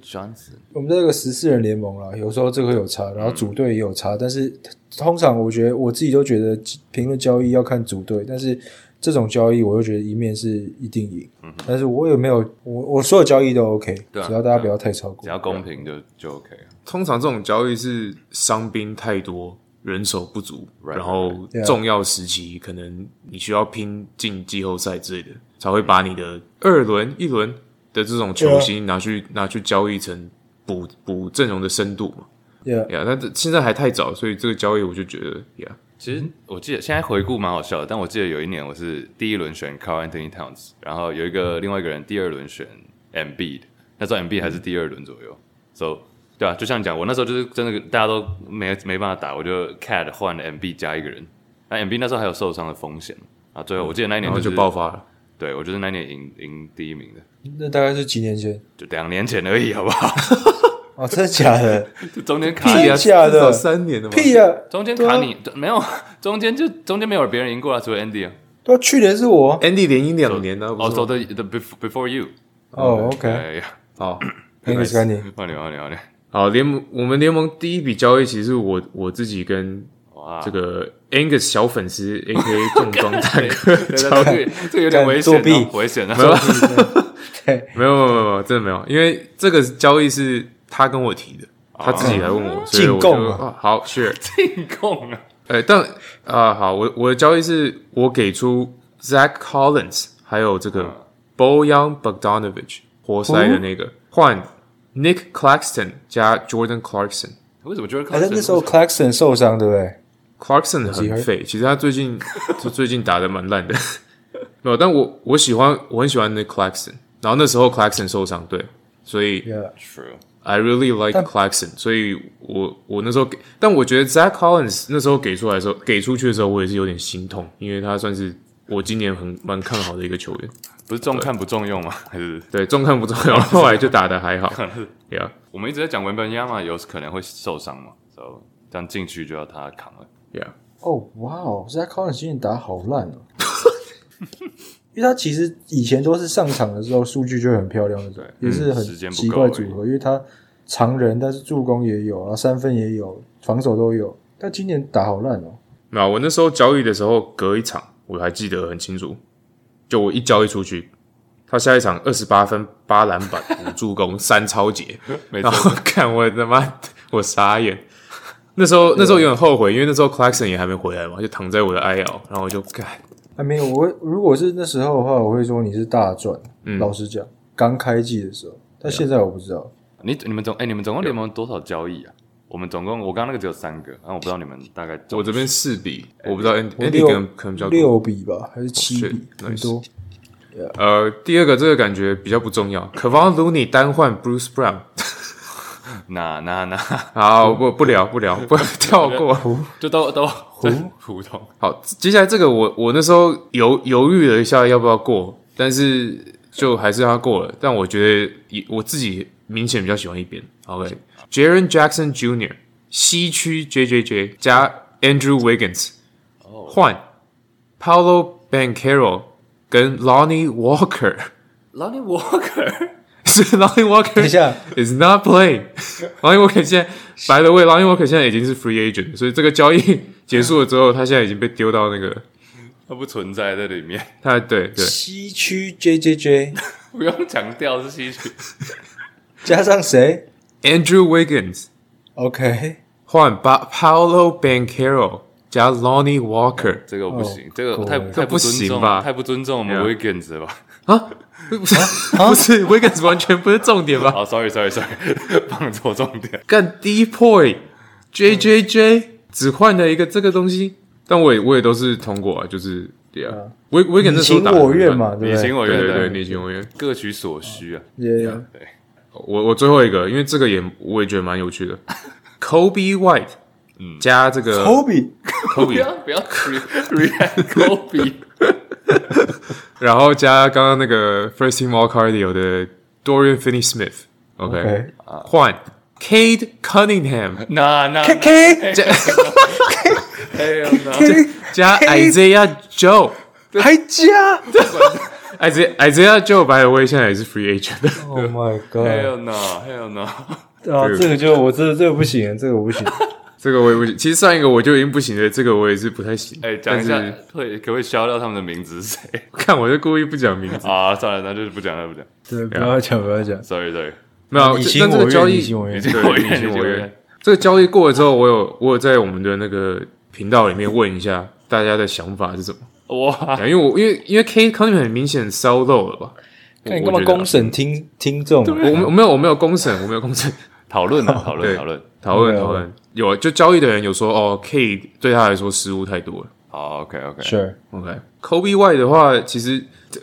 S2: Johnson，
S3: 我们这个十四人联盟啦，有时候这个会有差，然后组队也有差，但是通常我觉得我自己都觉得评论交易要看组队，但是这种交易我又觉得一面是一定赢，但是我也没有我我所有交易都 OK，、
S2: 嗯对啊
S3: 只要大家不要太超过
S2: 只。要公平就就 OK 了。
S4: 通常这种交易是伤兵太多，人手不足
S2: Right,
S4: 然后
S3: right.
S4: 重要时期可能你需要拼进季后赛之类的，才会把你的二轮、一轮的这种球
S3: 啊
S4: 星拿去拿去交易成补补阵容的深度嘛。
S3: Yeah，
S4: 呀、yeah,，但这现在还太早，所以这个交易我就觉得呀
S2: 其实我记得现在回顾蛮好笑的，但我记得有一年我是第一轮选 Carl Anthony Towns，然后有一个另外一个人第二轮选 M B 的，那时候 M B 还是第二轮左右，so 对啊，就像你讲，我那时候就是真的大家都没没办法打，我就 Cat 换 M B 加一个人，那 M B 那时候还有受伤的风险啊，最后我记得那一年
S4: 然后
S2: 是
S4: 哦就爆，发了。
S2: 对我就是那一年赢赢第一名的，
S3: 那大概是几年前
S2: 就两年前而已，好不
S4: [LAUGHS]
S2: 好？ [LAUGHS]
S3: 哦，真的假的？
S2: 就中间卡
S3: 屁
S2: 一
S3: 啊
S2: 下。
S3: 假的
S4: 至少三年了嘛。
S3: 屁啊！
S2: 中间卡你、没有，中间就中间没有别人赢过啊，除了 Andy 啊。
S3: 对啊，去年是我
S4: Andy 连赢两年呢、啊
S2: 哦
S4: 不是
S2: ，so
S4: 吗
S2: the the before before you，
S3: 哦
S2: [LAUGHS]
S3: ，OK，
S2: 哎呀，哎
S4: 好。
S3: 那个是干你
S2: 换你，换你，换你，
S4: 好，联盟我们联盟第一笔交易，其实我我自己跟
S2: 哇，
S4: 这个 Angus 小粉
S2: [LAUGHS]
S4: 丝 A K A 重装坦 [LAUGHS] 克
S2: 对
S4: 交易，
S2: 对对这个有点危险、
S3: 作弊
S2: 啊，危险啊！
S3: 对
S4: 没有没有没有没有，真的没有，因为这个交易是他跟我提的，他
S2: 哦
S4: 自己来问我，所以我就
S3: 进贡啊
S4: 啊好 sure，
S2: 进贡啊，
S4: 呃，但啊、好，我我的交易是我给出 Zach Collins 还有这
S2: 嗯
S4: 个 Bojan Bogdanovic 活塞的那个、换 Nick Claxton 加 Jordan Clarkson。
S2: 为什么觉得
S3: 好像那时候 Clarkson 受伤，对不对？
S4: Clarkson 很废，其实他最近就最近打的蛮烂的， [LAUGHS] 没有。但我我喜欢我很喜欢那 Clarkson，然后那时候 Clarkson 受伤，对，所以
S3: Yeah，
S2: true？
S4: I really like
S3: 但
S4: Clarkson，所以我我那时候给，但我觉得 Zach Collins 那时候给出来的时候，给出去的时候，我也是有点心痛，因为他算是我今年很蛮看好的一个球员，
S2: 不是重看不重用吗？ [LAUGHS] 还是
S4: 对，重看不重要，后来就打的还好，Yeah，
S2: 我们一直在讲文本亚马有可能会受伤嘛？so 这样进去就要他扛了。
S4: Yeah，
S3: 哦，哇哦，Zach Collins 今天打好烂哦， [LAUGHS] 因为他其实以前都是上场的时候数据就很漂亮那种，
S2: 对
S3: 也是
S2: 嗯
S3: 很
S2: 时间不够
S3: 奇怪
S2: 而已
S3: 组合，因为他常人，但是助攻也有，然后三分也有，防守都有，但今年打好烂哦。
S4: 没有，我那时候交易的时候隔一场，我还记得很清楚。就我一交易出去，他下一场二十八分、八篮板、五助攻、三超节，
S2: 没
S4: 然后 [LAUGHS]
S2: 错，
S4: 看我他妈我傻眼。那时候那时候有点后悔，因为那时候 Clarkson 也还没回来嘛，就躺在我的 IL，然后我就干
S3: 还哎没有，我会如果是那时候的话，我会说你是大赚。
S4: 嗯
S3: 老实讲，刚开季的时候，但
S4: 啊
S3: 现在我不知道。
S2: 你你们总哎、你们总共联盟多少交易啊？我们总共我刚刚那个只有三个，啊然后我不知道你们大概
S4: 我这
S2: [LAUGHS]
S4: 边四比，我不知道 Andy
S3: 我
S4: Andy
S3: 六
S4: 可能可能比较多
S3: 六比吧，还是七
S4: shit，
S3: 比，很
S4: nice
S3: 多。
S4: 呃，第二个这个感觉比较不重要。Kevon Looney 单换 Bruce Brown，
S2: 那那那
S4: [LAUGHS] 好不不聊不聊，不跳过。
S2: 就都都胡胡同。
S4: 好，接下来这个我我那时候犹犹豫了一下要不要过，但是就还是让他过了。但我觉得也我自己明显比较喜欢一边。OK，Jaren、Jackson Jr. 西区 JJJ 加 Andrew Wiggins
S3: 哦
S4: 换 Paulo Banquero 跟 Lonnie Walker， [LAUGHS]
S2: Lonnie Walker [LAUGHS]
S4: 是 Lonnie
S3: 等一
S4: Walker
S3: 下，
S4: is not playing。Lonnie
S3: [LAUGHS]
S4: Walker 现在，by the way，Lonnie Walker 现在已经是 free agent，所以这个交易结束了之后，他现在已经被丢到那个。
S2: 他不存在在里面， [LAUGHS]
S4: 他对 [LAUGHS] 对，
S3: 西区 JJJ
S2: 不用强调是西区。
S3: 加上谁
S4: Andrew Wiggins
S3: ？OK，
S4: 换 Pa Paolo Banquero 加 Lonnie Walker
S2: 这个不行
S3: 哦，
S2: 这个太
S3: 对
S2: 太
S4: 不
S2: 尊
S4: 行
S2: 重
S4: 吧
S2: 太不尊重我们
S4: Yeah
S2: Wiggins 了吧？
S4: 啊，不是不是 Wiggins 完全不是重点吧？
S2: 好，sorry sorry sorry，放 [LAUGHS] 错重点。
S4: 干 D Point J J J 只换了一个这个东西，但我也我也都是通过啊，就是对啊，维维肯那时候打得
S3: 嗯我愿
S4: 很
S3: 嘛，
S4: 烂，
S3: 对
S2: 你
S3: 不对
S2: 情？我
S4: 对
S2: 愿
S4: 对
S2: 的，
S4: 对，你情我愿。
S2: 各取所需啊。
S3: 也
S4: 我我最后一个，因为这个也我也觉得蛮有趣的，Kobe White，加这个
S3: Kobe
S4: Kobe，
S2: 不要 re [LAUGHS] re [LAUGHS] Kobe，
S4: 然后加刚刚那个 First Team All Cardio 的 Dorian Finney Smith，OK，
S3: OK
S4: 换 Cade Cunningham
S2: 那那
S3: K K
S2: 那
S3: K
S4: 加
S3: Cade
S4: Isaiah Joe。
S3: 还加
S4: Isaiah Isaiah Joe by the way 现在也是 free agent 的，
S3: ，Oh my God！
S2: hell no hell no，
S3: 啊，这个就我这这个不行，这个我不行。
S4: 这个我也不行。其实上一个我就已经不行了，这个我也是不太行。
S2: 哎，讲一下
S4: 但是，
S2: 会可不可以消掉他们的名字是谁
S4: 看我就故意不讲名字。
S2: 啊？算了，那就是不讲了，不讲
S3: 对，不要讲，不要讲。
S2: ，sorry sorry，
S4: 没有，
S3: 你
S4: 这
S3: 情
S4: 但这
S3: 我
S4: 个交
S3: 愿，
S4: 易
S3: 你情我愿
S2: 你。情
S4: 对
S2: 我
S4: 你
S2: 愿，
S4: 情
S2: 你情
S4: 我
S2: 我
S4: 愿
S2: 愿，
S4: 这个交易过了之后，我有我有在我们的那个频道里面问一下大家的想法是怎么，
S2: 哇，
S4: 因为我因为因为 K Cunningham 很明显 s 漏了吧？
S3: 看你
S4: 我
S3: 干嘛
S4: 觉得啊
S3: 公审听听众啊？
S4: 我我没有我没有公审，我没有公审
S2: 讨论啊，讨论
S4: 对
S2: 讨论，
S4: 讨论
S3: 没有
S4: 讨论，有啊就交易的人有说哦，K 对他来说失误太多了。
S2: 好，OK OK，
S3: Sure，
S4: OK，Kobe Y 的话，其实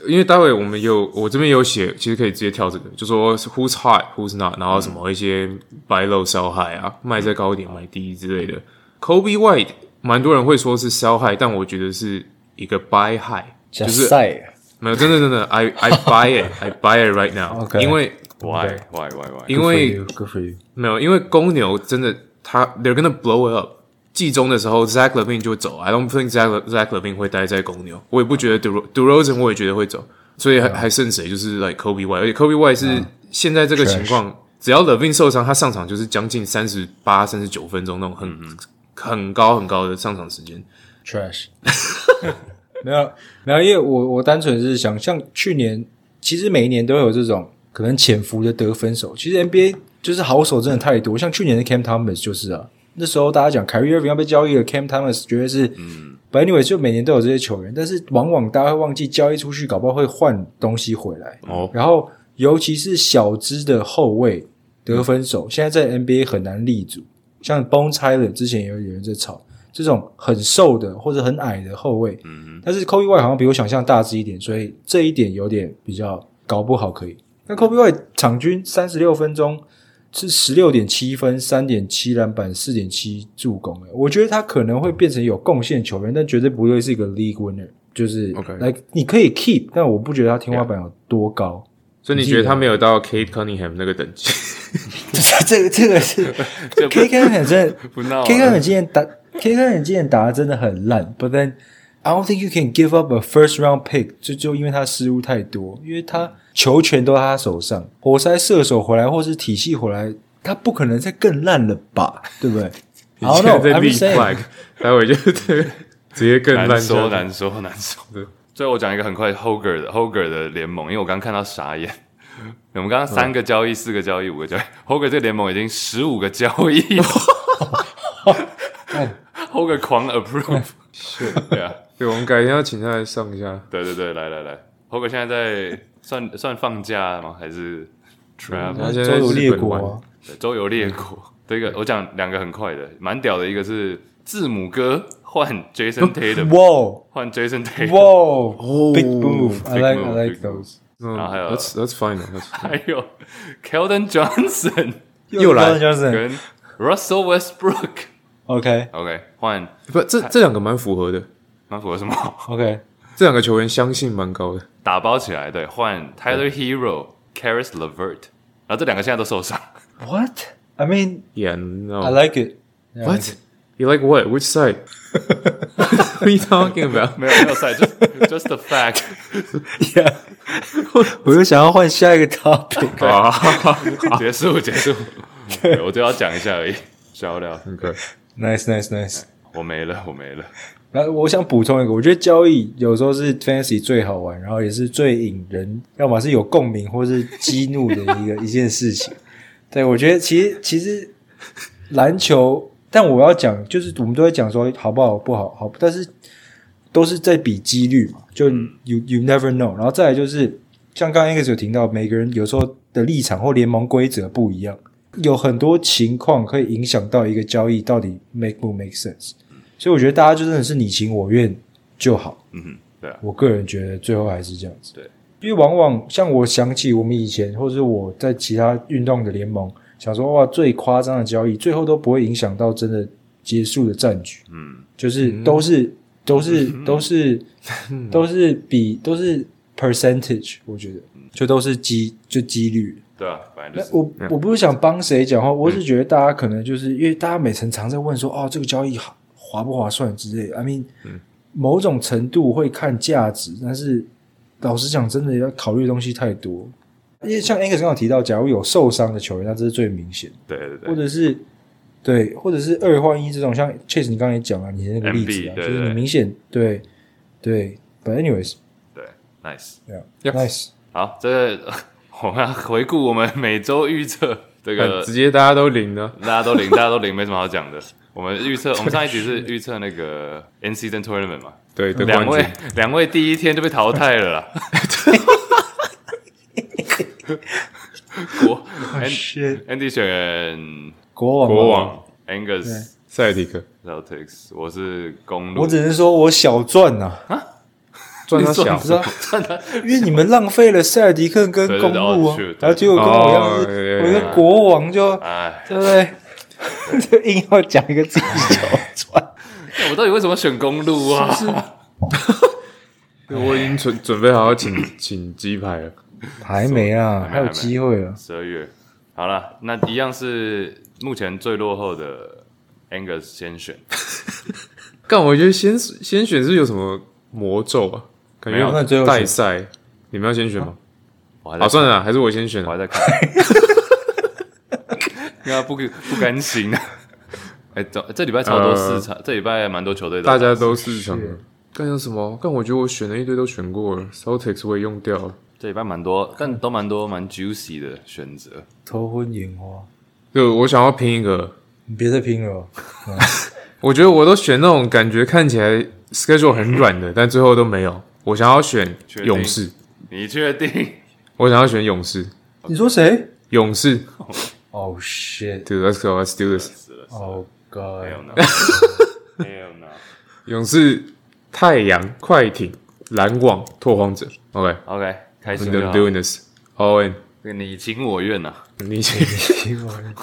S4: 因为待会我们有我这边有写，其实可以直接跳这个，就说 Who's hot, Who's not，然后什么一些 buy low sell high 啊，
S3: 嗯
S4: 卖在高点买低之类的。Kobe White 蛮多人会说是 sell high，但我觉得是一个 buy high，
S3: 加
S4: 就是
S3: 赛
S4: 没有真的真的，I I buy it，I buy it right
S3: [LAUGHS]
S4: now，
S3: OK
S4: 因为
S2: why why why why，
S4: 因为
S3: Good for you，
S4: 没有，因为公牛真的他 they're gonna blow it up。季中的时候，Zach Levine 就走，I don't think Zach Le- Zach Levine 会待在公牛，我也不觉得 d u r d u r o z e n 我也觉得会走，所以还、还剩谁？就是 like Kobe Y，而且 Kobe Y 是现在这个情况只要 Levine 受伤，他上场就是将近三十八、三十九分钟那种很、很高很高的上场时间。
S3: trash [LAUGHS] 没有没有，因为我我单纯是想，像去年其实每一年都有这种可能潜伏的得分手，其实 NBA 就是好手真的太多，像去年的 Cam Thomas 就是啊，那时候大家讲 k y r i e Irving 要被交易了，Cam Thomas 绝对是，嗯，But anyway，就每年都有这些球员，但是往往大家会忘记交易出去，搞不好会换东西回来，
S4: 哦，
S3: 然后尤其是小只的后卫得分手，现在在 NBA 很难立足。像 Bone Tyler 之前也有有人在吵这种很瘦的或者很矮的后卫，嗯，但是 Kobe White 好像比我想象大只一点，所以这一点有点比较搞不好可以。那 Kobe White 场均三十六分钟是十六点七分、三点七篮板、四点七助攻，欸我觉得他可能会变成有贡献球员，但绝对不会是一个 league winner。就是
S4: OK
S3: 来你可以 keep，但我不觉得他天花板有多高。
S4: 所以你觉得他没有到 Kate Cunningham 那个等级？
S3: [LAUGHS] 这个这
S4: [LAUGHS]
S3: 个是 K K 很真的
S2: 不
S4: 啊
S2: 闹了
S3: ，K K 很今年打 K K 很今年打的真的很烂，But then I don't think you can give up a first round pick，就就因为他失误太多，因为他球权都在他手上，活塞射手回来或是体系回来，他不可能再更烂了吧，对不对
S4: [LAUGHS] 你
S3: ？I don't
S4: 现在
S3: know,
S4: 在
S3: I'm
S4: lead
S3: just saying.
S4: flag，待会就直接更
S2: 难
S4: 烂
S2: 说
S4: 下去
S2: 难说 [LAUGHS] 难说
S4: 对。
S2: 最后我讲一个很快 Hoger 的 Hoger 的联盟，因为我刚看到傻眼。 [LAUGHS] 我们刚刚三个交易、四个交易、五 [LAUGHS] 个交易，Hoger 这个联盟已经十五个交易了 [LAUGHS] ，Hoger 狂 approve。是，对啊，
S4: 对，我们改天要请他来上一下。
S2: 对对对，来来来，Hoger 现在在算算放假吗？还是 travel？
S4: 他现
S3: 周
S4: 在
S3: 游
S4: 在
S3: 列
S4: 日本
S3: 国、
S4: 玩
S3: 啊，
S2: 对周游列国。这个我讲两个很快的，蛮屌的，一个是字母哥换 Jason Tatum，
S3: 哇
S2: 换 Jason Tatum。
S4: Oh，
S3: 哇，big move，I
S2: Big
S3: like I
S2: move，big
S3: like those，
S4: 嗯
S2: 然后还有
S4: That's That's fine. That's fine. [LAUGHS]
S2: 还有 Keldon Johnson
S4: 又来
S3: Johnson，OK，、
S2: 跟 Russell Westbrook。
S3: OK
S2: OK，换
S4: 不，这这两个蛮符合的，
S2: 蛮符合什么？ [LAUGHS]
S3: OK，
S4: 这两个球员相信蛮高的。
S2: 打包起来，对，换 Tyler Hero、Caris LeVert，然后这两个现在都受伤。
S3: What? I mean,
S4: Yeah, no.
S3: I like it. Yeah, I like
S4: what?
S3: it.
S4: You like what? Which side? What are you talking
S2: [LAUGHS]
S4: about?
S2: 没有没有赛，just just [LAUGHS] the fact。
S3: Yeah. [LAUGHS] 我又想要换下一个 topic。
S4: 啊
S2: 结束结束，对我就要讲一下而已，消掉。
S4: ，OK，
S3: [LAUGHS] Nice, nice, nice.
S2: 我没了，我没了。
S3: 那我想补充一个，我觉得交易有时候是 fantasy 最好玩，然后也是最引人，要么是有共鸣，或是激怒的一个一件事情。 [LAUGHS] 对，我觉得其实其实篮球，但我要讲就是我们都在讲说好不好不好好，但是都是在比几率嘛，就 you you never know。然后再来就是像刚刚 X 有提到，每个人有时候的立场或联盟规则不一样，有很多情况可以影响到一个交易到底 make 不 make sense。所以我觉得大家就真的是你情我愿就好。
S2: 嗯哼，对啊
S3: 我个人觉得最后还是这样子。
S2: 对，
S3: 因为往往像我想起我们以前，或者是我在其他运动的联盟，想说哇最夸张的交易，最后都不会影响到真的结束的战局，
S2: 嗯，嗯
S3: 就是都是、
S2: [LAUGHS]
S3: 都是都是都是比都是 percentage，我觉得
S2: 嗯
S3: 就都是几就几率。
S2: 对啊，反正
S3: 那
S2: 就是
S3: 我我不是想帮谁讲话，我是觉得大家可能就是因为大家每层常在问说，哦，这个交易好划不划算之类的。I mean，、
S2: 嗯
S3: 某种程度会看价值，但是老实讲，真的要考虑的东西太多。因为像 Angus 刚刚提到，假如有受伤的球员，那这是最明显的，
S2: 对对对，
S3: 或者是对，或者是二换一这种，像 Chase 你刚才也讲了你的那个例
S2: MB
S3: 子啊，
S2: 对
S3: 就是你
S2: 对
S3: 明显对对，But anyways，yeah，nice，
S2: 对，nice。
S4: Yeah
S2: 好，这个 [LAUGHS] 我们要回顾我们每周预测，这个
S4: 看直接大家都领了。
S2: 大家都 [LAUGHS] 零，大家都零，没什么好讲的。我们预测，我们上一局
S3: [LAUGHS]
S2: 是预测那个 N C N Tournament 嘛，
S4: 对，得
S2: 两
S4: 冠
S2: 位
S4: 军。
S2: [LAUGHS] 两位第一天就被淘汰了
S3: [LAUGHS]
S2: 啦。国
S3: 哎
S2: An-
S3: shit，
S2: Andy 选
S3: 国王，啊
S4: 国王
S2: Angus
S4: 塞迪克
S2: Celtics，我是公路，
S3: 我只是说我小赚啊呐、
S4: 赚他
S2: 你
S4: 小
S2: 说 [LAUGHS]
S3: 你知道，因为你们浪费了塞尔迪克跟公路啊
S2: 对对对哦，
S3: 然后结果跟我一样
S4: 哦
S3: 是，
S4: 对
S3: 我
S4: 对对
S3: 跟国王就
S2: 哎，
S3: 对不对？ [LAUGHS] 就硬要讲一个自己小赚，
S2: 我到底为什么选公路啊？
S4: 我已经准准备好要请请鸡排了。
S3: 还没啊，
S2: 还没
S3: 还有机会啊。
S2: 十二月，好了，那一样是目前最落后的 Angus 先选，
S4: 但我觉得先先选是有什么魔咒啊？感
S2: 没
S4: 觉
S2: 有
S3: 那最后选
S4: 代赛，你们要先选吗？
S2: 我还在
S3: 哦
S4: 啊，算了啦，还是我先选
S2: 我还
S4: 啊。
S2: 在看， [LAUGHS] 因为他不不甘心啊。 [LAUGHS] 哎、这这礼拜超多市场，这礼拜蛮多球队
S4: 大
S2: 的。
S4: 家都是想
S3: 是
S4: 干有什么？干我觉得我选的一堆都选过了，Celtics 我也用掉了。
S2: 这礼拜蛮多，但都蛮多蛮 juicy 的选择。
S3: 头昏眼花，
S4: 就我想要拼一个，
S3: 你别再拼了哦，
S4: 我觉得我都选那种感觉看起来 schedule 很软的，但最后都没有。我想要选
S2: 确定
S4: 勇士，
S2: 你确定？
S4: 我想要选勇士，
S3: 你说谁
S4: 勇士。
S3: ？Oh shit！
S4: Dude, let's go, let's do this。
S2: 死了，
S3: Oh
S2: 没有
S3: god！
S2: 呢，没有呢。
S4: 勇士、太阳、快艇、篮网、拓荒者。OK，
S2: OK，开
S4: 我
S3: 啊
S2: 心
S4: 们
S2: 就
S4: are
S2: 好。
S4: doing this。All in，
S2: 你情我愿呐、啊。
S4: 你
S3: [LAUGHS] 你我认，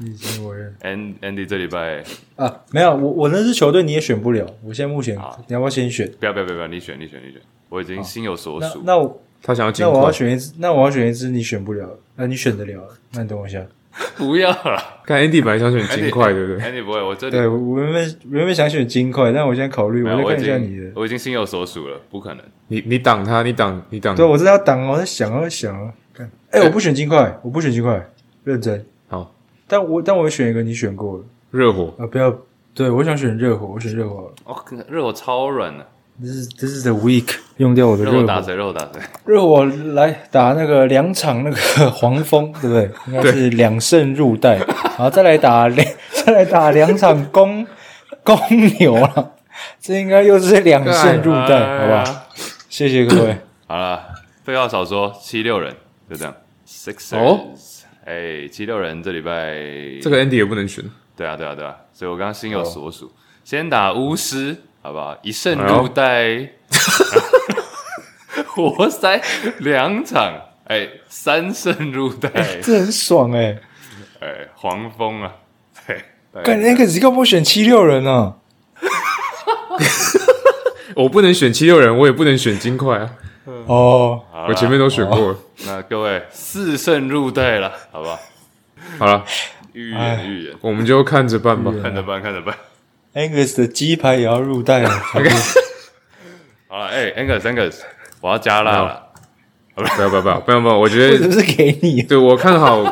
S3: 你经我认
S2: And Andy 这礼拜
S3: 啊！没有，我我那支球队你也选不了，我现在目前
S2: 好
S3: 你要不要先选？
S2: 不要不要不要不要，你选你选你选，我已经心有所
S3: 那
S2: 属。
S3: 那我
S4: 他想要尽
S3: 那我要
S4: 快。
S3: 选一支，那我要选一支你选不了，那你选得了，那你等我一下。
S2: 不要了，
S4: 看 Andy 本来想选 [LAUGHS] 尽
S3: [LAUGHS]
S4: 快，对不对？
S2: ？Andy 不会，我这里
S3: 对，我我原本原本想选金块，但我现在考虑，
S2: 没
S3: 我
S2: 有，
S3: 再
S2: 我
S3: 看
S2: 已
S3: 一下
S2: 经
S3: 你的。
S2: 我已经心有所属了，不可能。
S4: 你你挡他，你挡你挡。
S3: 对，我真的要挡，我在想，我在想啊，看，哎，我不选金块，我不选金块，认真。
S4: 好，
S3: 但我但我选一个你选过了
S4: 热火。
S3: 啊，不要，对我想选热火，我选热火好了。
S2: 哦，热火超软啊的，
S3: 这是这是 the week，用掉我的
S2: 热
S3: 热
S2: 火打
S3: 火，
S2: 谁？热火打谁？
S3: 热火来打那个两场那个 [LAUGHS] 黄蜂，对不对？应该是两胜入袋，然后再来打 [LAUGHS] 两再来打两场公公牛了，这应该又是两胜入
S2: [LAUGHS]
S3: 袋，好不好？
S2: 吧？
S3: 谢谢各
S4: [LAUGHS]
S3: 位。
S2: 哎好了，废话少说，七六人就这样。Six
S4: 哦
S2: 哎，七六人这礼拜
S4: 这个哦 Andy 也不能选。
S2: 对啊对啊对啊，所以我刚刚心有所属，先打巫师，好不好？一胜
S4: 哎呦
S2: 入袋，活塞两场，哎，三胜入袋，
S3: 这很爽哎、
S2: 哎，黄蜂啊，对，大概
S3: 干那个你干嘛选七六人啊？
S4: 我不能选七六人，我也不能选金块啊。
S3: 哦，
S2: 好啦哦
S4: 我前面都选过了。
S2: 那各位四胜入袋了，好不好？
S4: 好了，
S2: 预言预言，
S4: 我们就看着办吧。
S2: 看着办，看着办。
S3: Angus 的鸡排也要
S4: [LAUGHS]
S3: 入袋了。
S2: 好了，哎，Angus Angus，我要加辣了。
S4: 不要不要不要不要不要！我觉
S3: 为什
S4: 得
S3: 么是给你？
S4: 对我看
S2: [LAUGHS]
S4: 好，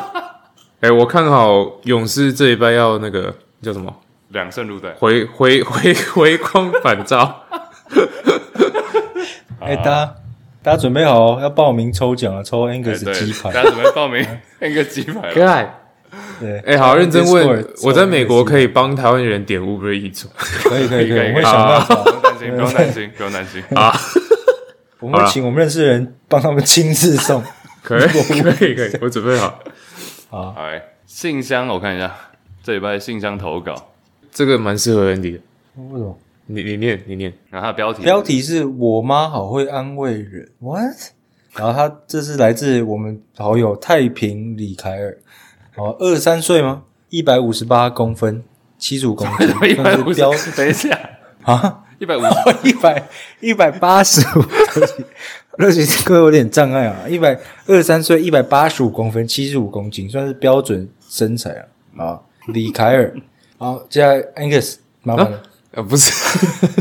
S4: 哎、我看好勇士这一拜要那个叫什么？
S2: 两胜入袋，
S4: 回回回回光返照。
S3: 哎、大家大家准备好哦要报名抽奖了，抽
S2: 哎
S3: Angus 的
S2: 对
S3: 鸡，排。
S2: 大家准备报名 [LAUGHS] Angus 鸡排
S3: [LAUGHS]
S2: 了？
S4: 爱，
S3: 对，
S4: 哎，好认真问
S3: Discord，，
S4: 我在美国可
S3: 以，
S4: 以帮台湾人点 Uber Eats 吗
S3: 可以可以可
S2: 可以
S3: 以，我会
S2: 可以
S3: 想办
S2: 不
S3: 法，
S2: 用担心，不用担心，不用担心。
S4: 啊？
S3: 我们
S4: 好
S3: 会
S4: 啦
S3: 请我们认识的人帮他们亲自送。
S4: 可以可以可以，我准备好。
S3: 好，
S2: 好，哎信箱我看一下，这礼拜信箱投稿，
S4: 这个蛮适合 Andy 的，
S3: 为什么？
S4: 你你念你念，
S2: 然后他的标题
S3: 标题是我妈好会安慰人，what？然后他这是来自我们好友太平李凯尔，哦，二十三岁吗？一百五十八公分，七十五公斤，
S2: [LAUGHS] 一百
S3: 算
S2: 五
S3: 是
S2: 十
S3: 标，
S2: 等一
S3: [LAUGHS]
S2: 下，
S3: 啊，
S2: 一百五十，
S3: 一百一百八十五， [LAUGHS] 对不起对不起，这个有点障碍啊，一百二十三岁，一百八十五公分，七十五公斤，算是标准身材啊。啊，李凯尔，好，接下来 Angus，麻烦了。
S4: 啊，不是，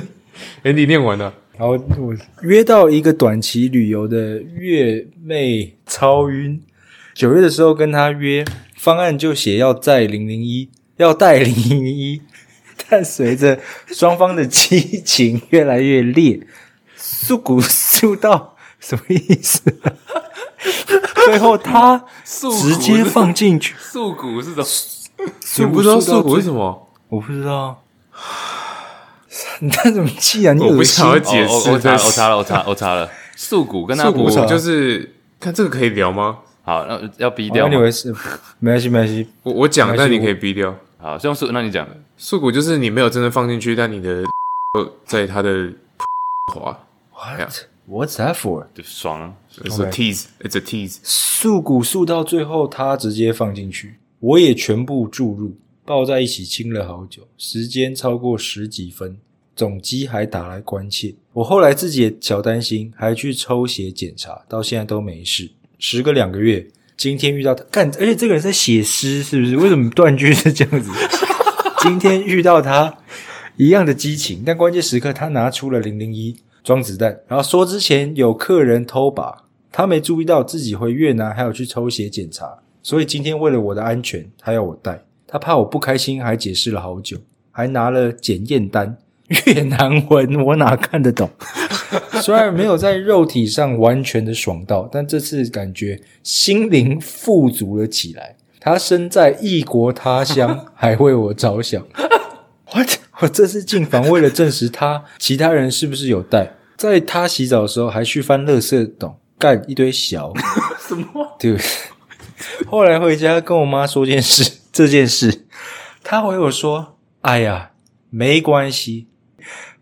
S4: [LAUGHS] 哎、你念完了，
S3: 然后我约到一个短期旅游的月妹超晕，九月的时候跟她约，方案就写要载零零一，要带零零一，但随着双方的激情越来越烈，诉苦诉到什么意思？最后他
S2: 诉苦
S3: 直接放进去，
S2: 素骨是什么？
S4: 你
S3: 诉
S4: 不知道素
S3: 苦
S4: 骨是什
S3: 么？
S4: 么？
S3: 我不知道。 [SIGHS] 你叹什么气啊？你
S4: 我不
S3: 恶心
S4: 想要解
S2: 哦
S4: 释
S2: 我我查
S4: 但
S2: 了，
S4: 是
S2: 我查了，我查了，我查了，素骨跟他
S4: 素
S2: 补
S4: 骨
S3: 我查
S4: 就是看这个可以聊吗？
S2: 好，那要逼
S3: 我
S2: 掉
S3: 以
S2: 吗。
S3: 为是，哦没关系，没关系。
S4: 我我讲，
S3: 没关
S4: 但
S3: 系
S4: 你可以逼掉。
S2: 好，用素，那你讲，
S4: 素骨就是你没有真的放进去，但你的 [LAUGHS] 在它的 [LAUGHS] 滑，
S3: What? What's that for？
S2: 就爽。
S4: 就是
S3: OK
S4: tease，it's a tease。
S3: 束骨束到最后，他直接放进去，我也全部注入，抱在一起亲了好久，时间超过十几分，总机还打来关切。我后来自己也小担心，还去抽血检查，到现在都没事。时隔两个月，今天遇到他，干，而且这个人在写诗，是不是？为什么断句是这样子？ [LAUGHS] 今天遇到他，一样的激情，但关键时刻他拿出了零零一装子弹，然后说之前有客人偷把，他没注意到自己回越南还有去抽血检查，所以今天为了我的安全，他要我带，他怕我不开心，还解释了好久，还拿了检验单。越南文我哪看得懂？ [LAUGHS] 虽然没有在肉体上完全的爽到，但这次感觉心灵富足了起来。他身在异国他乡，还为我着想。What？我 [LAUGHS] 这次进房为了证实他其他人是不是有带，在他洗澡的时候还去翻垃圾桶，干一堆小 [LAUGHS] 什么？对。后来回家跟我妈说件事，这件事，她回我说：“哎呀，没关系，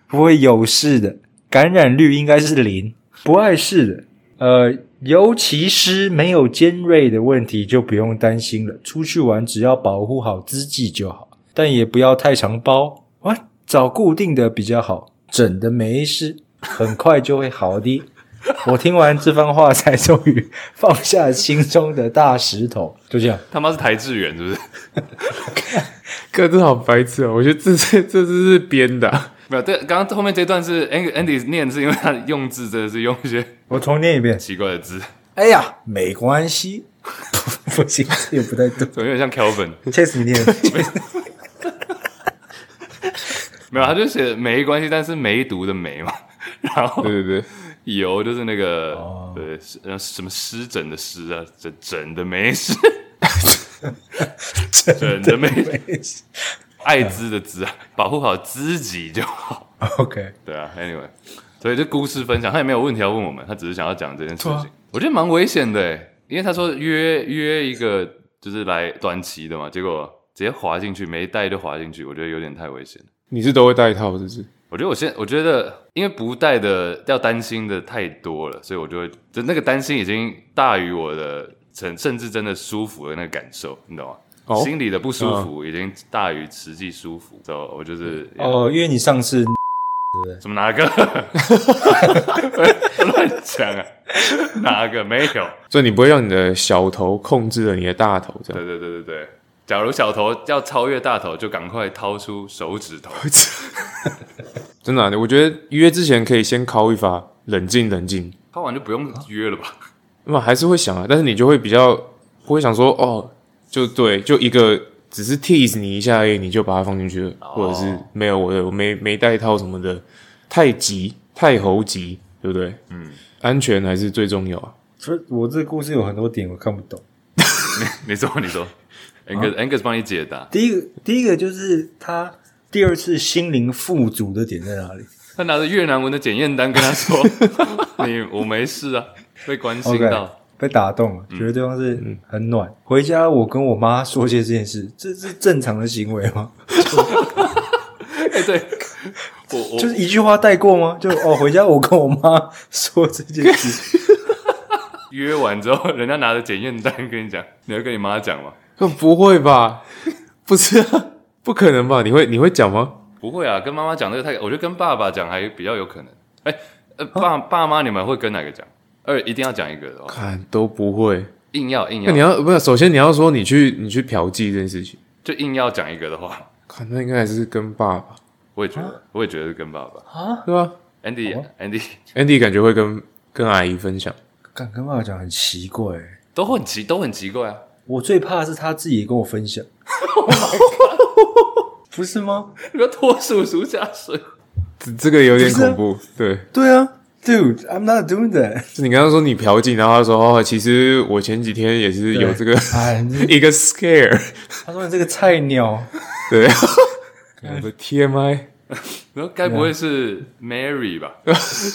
S3: 不会有事的，感染率应该是零，不碍事的。呃，尤其是没有尖锐的问题，就不用担心了。出去玩只要保护好自己就好，但也不要太常包，哇，找固定的比较好，整的没事，很快就会好的。 [LAUGHS] 我听完这番话，才终于放下心中的大石头。就这样，
S2: 他妈是台志远是不是？ [LAUGHS]
S4: 哥，这好白痴哦！我觉得这这这这是编的啊、
S2: 没有，对，刚刚后面这段是 Andy Andy 念，是因为他的用字真的是用一些
S3: 我重念一遍。
S2: 奇怪的字，
S3: 哎呀，没关系， [LAUGHS] 不行，这也不太对。
S2: 怎么有点像 Kelvin？
S3: Chase，你念。
S2: 没有，他就写没关系，但是梅毒的梅嘛， [LAUGHS] 然后
S4: 对哦对对，
S2: 油就是那个、对，是呃什么湿疹的湿啊，整整的没 [LAUGHS] 事，整的没事，艾滋的滋啊，保护好自己就好。
S3: [LAUGHS]
S2: [LAUGHS]
S3: OK，
S2: 对啊，Anyway，所以这故事分享，他也没有问题要问我们，他只是想要讲这件事情，
S3: 对啊
S2: 我觉得蛮危险的欸，因为他说约约一个就是来短期的嘛，结果直接滑进去，没带就滑进去，我觉得有点太危险了。
S4: 你是都会带套是不是？
S2: 我觉得我现我觉得，因为不带的要担心的太多了，所以我就会，就那个担心已经大于我的甚甚至真的舒服的那个感受，你懂吗？
S4: 哦
S2: 心里的不舒服已经大于实际舒服，所以我就是、
S3: 哦，因为你上次
S2: 怎么哪个 [LAUGHS] 乱讲啊？哪个没有？
S4: 所以你不会让你的小头控制了你的大头，这样
S2: 对对对对对，假如小头要超越大头，就赶快掏出手指头。
S4: 真的啊、我觉得约之前可以先敲一发，冷静冷静。
S2: 掏完就不用约了吧？ [LAUGHS]
S4: 那么还是会想啊，但是你就会比较不会想说哦，就对，就一个只是 tease 你一下而已，你就把它放进去了，或者是没有我的我没没带套什么的，太急太猴急，对不对？嗯，安全还是最重要啊。 [LAUGHS]
S3: 不是我这个故事有很多点我看不懂。
S2: 你说你说，Angus、Angus 帮你解答。
S3: 第一个，第一个就是他第二次心灵富足的点在哪里
S2: 他拿着越南文的检验单跟他说：“你我没事啊，被关心
S3: ？OK，
S2: 到。嗯
S3: 被打动了，觉得对方是很暖。回家我跟我妈说些这件事，这是正常的行为吗？
S2: 哎，对，我我
S3: 就是一句话带过吗？就哦， [LAUGHS] 回家我跟我妈说这
S2: [LAUGHS]
S3: 件事，
S2: 约完之后，人家拿着检验单跟你讲，你要跟你妈讲吗？
S4: 不会吧？ [LAUGHS] 不是、啊，不可能吧？你会你会讲吗？
S2: 不会啊，跟妈妈讲这个太，我觉得跟爸爸讲还比较有可能。哎、呃，爸爸妈你们会跟哪个讲？二一定要讲一个的哦，
S4: 看都不会。
S2: 硬要硬
S4: 啊那你
S2: 要
S4: 要不是？首先你要说你去你去嫖妓这件事情，
S2: 就硬要讲一个的话，
S4: 看那应该还是跟爸爸
S2: 我也觉得，我也觉得是跟爸爸。
S4: 对吧
S2: Andy
S3: 好啊
S2: Andy
S4: ？Andy 感觉会跟跟阿姨分享，
S3: 敢跟爸爸讲很奇怪欸、
S2: 都很奇都很奇怪啊，
S3: 我最怕的是他自己跟我
S2: [LAUGHS]
S3: 分享，
S2: Oh
S3: [LAUGHS] 不是吗？
S2: 你不要拖叔叔下水。
S4: 这这个有点
S3: 不是啊
S4: 恐怖。对，
S3: 对啊，Dude，I'm not doing that
S4: 就你刚刚说你嫖妓，然后他说哦，其实我前几天也是有这
S3: [LAUGHS]
S4: 个
S3: 哎，你
S4: 一个 scare，
S3: 他说你这个菜鸟，
S4: 对，我的 TMI。
S2: 然后该不会是 Mary 吧？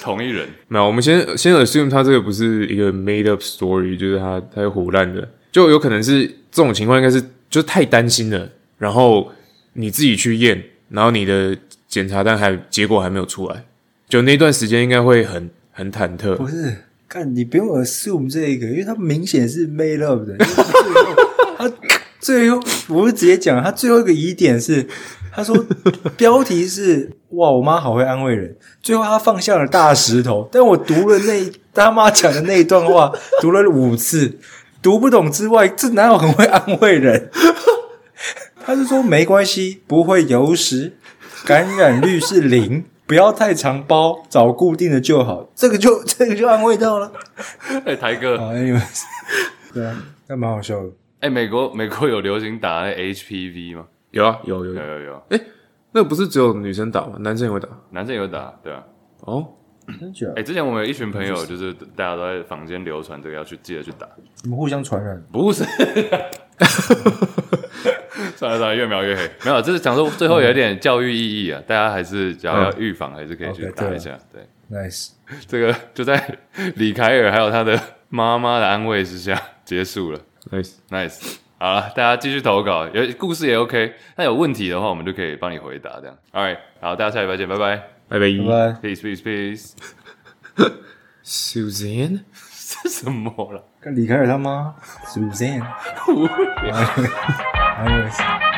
S2: 同一人，
S4: 没有，我们先先 assume 他这个不是一个 made up story，就是他他是胡乱的，就有可能是这种情况，应该是就是太担心了，然后你自己去验，然后你的检查单还结果还没有出来，就那段时间应该会很很忐忑
S3: 不。是？看你不用 assume 这个，因为他明显是 made up [LAUGHS] 的。他最后，我是直接讲，他最后一个疑点是，他说标题是 [LAUGHS] “哇，我妈好会安慰人”，最后他放下了大石头。但我读了那他妈讲的那一段话，读了五次，读不懂之外，这哪有很会安慰人？ [LAUGHS] 他是说没关系，不会有时，感染率是零，不要太常包，找固定的就好。这个就这个就安慰到了。
S2: [LAUGHS] 哎，台
S3: [LAUGHS]
S2: 哥，
S3: 好，anyways，对啊，那蛮好笑的。
S2: 哎、美国美国有流行打那 HPV 吗？
S4: 有啊，有有
S2: 有
S4: 有，
S2: 有有，
S4: 那不是只有女生打吗？男生也会打
S2: 男生有打，对啊。
S4: 哦。
S3: 真假
S2: 哎、？之前我们有一群朋友，就是大家都在房间流传这个，要去记得去打。
S3: 你们互相传染？
S2: 不是， [LAUGHS] 算了算了，越描越黑。没有，就是讲说最后有一点教育意义啊，大家还是只要要预防，还是可以去
S3: OK，
S2: 打
S3: 对啊
S2: 一下。哦对，
S3: Nice，
S2: 这个就在李凯尔还有他的妈妈的安慰之下结束了。
S4: Nice，
S2: Nice，好了，大家继续投稿，有故事也 OK，那有问题的话，我们就可以帮你回答这样。All right，好，大家下礼拜见，拜拜
S4: 拜拜
S3: 拜拜。
S2: ，peace peace peace，
S4: ，Suzanne。
S2: 这什么了？
S3: 跟李凯尔他妈 Suzanne，anyways。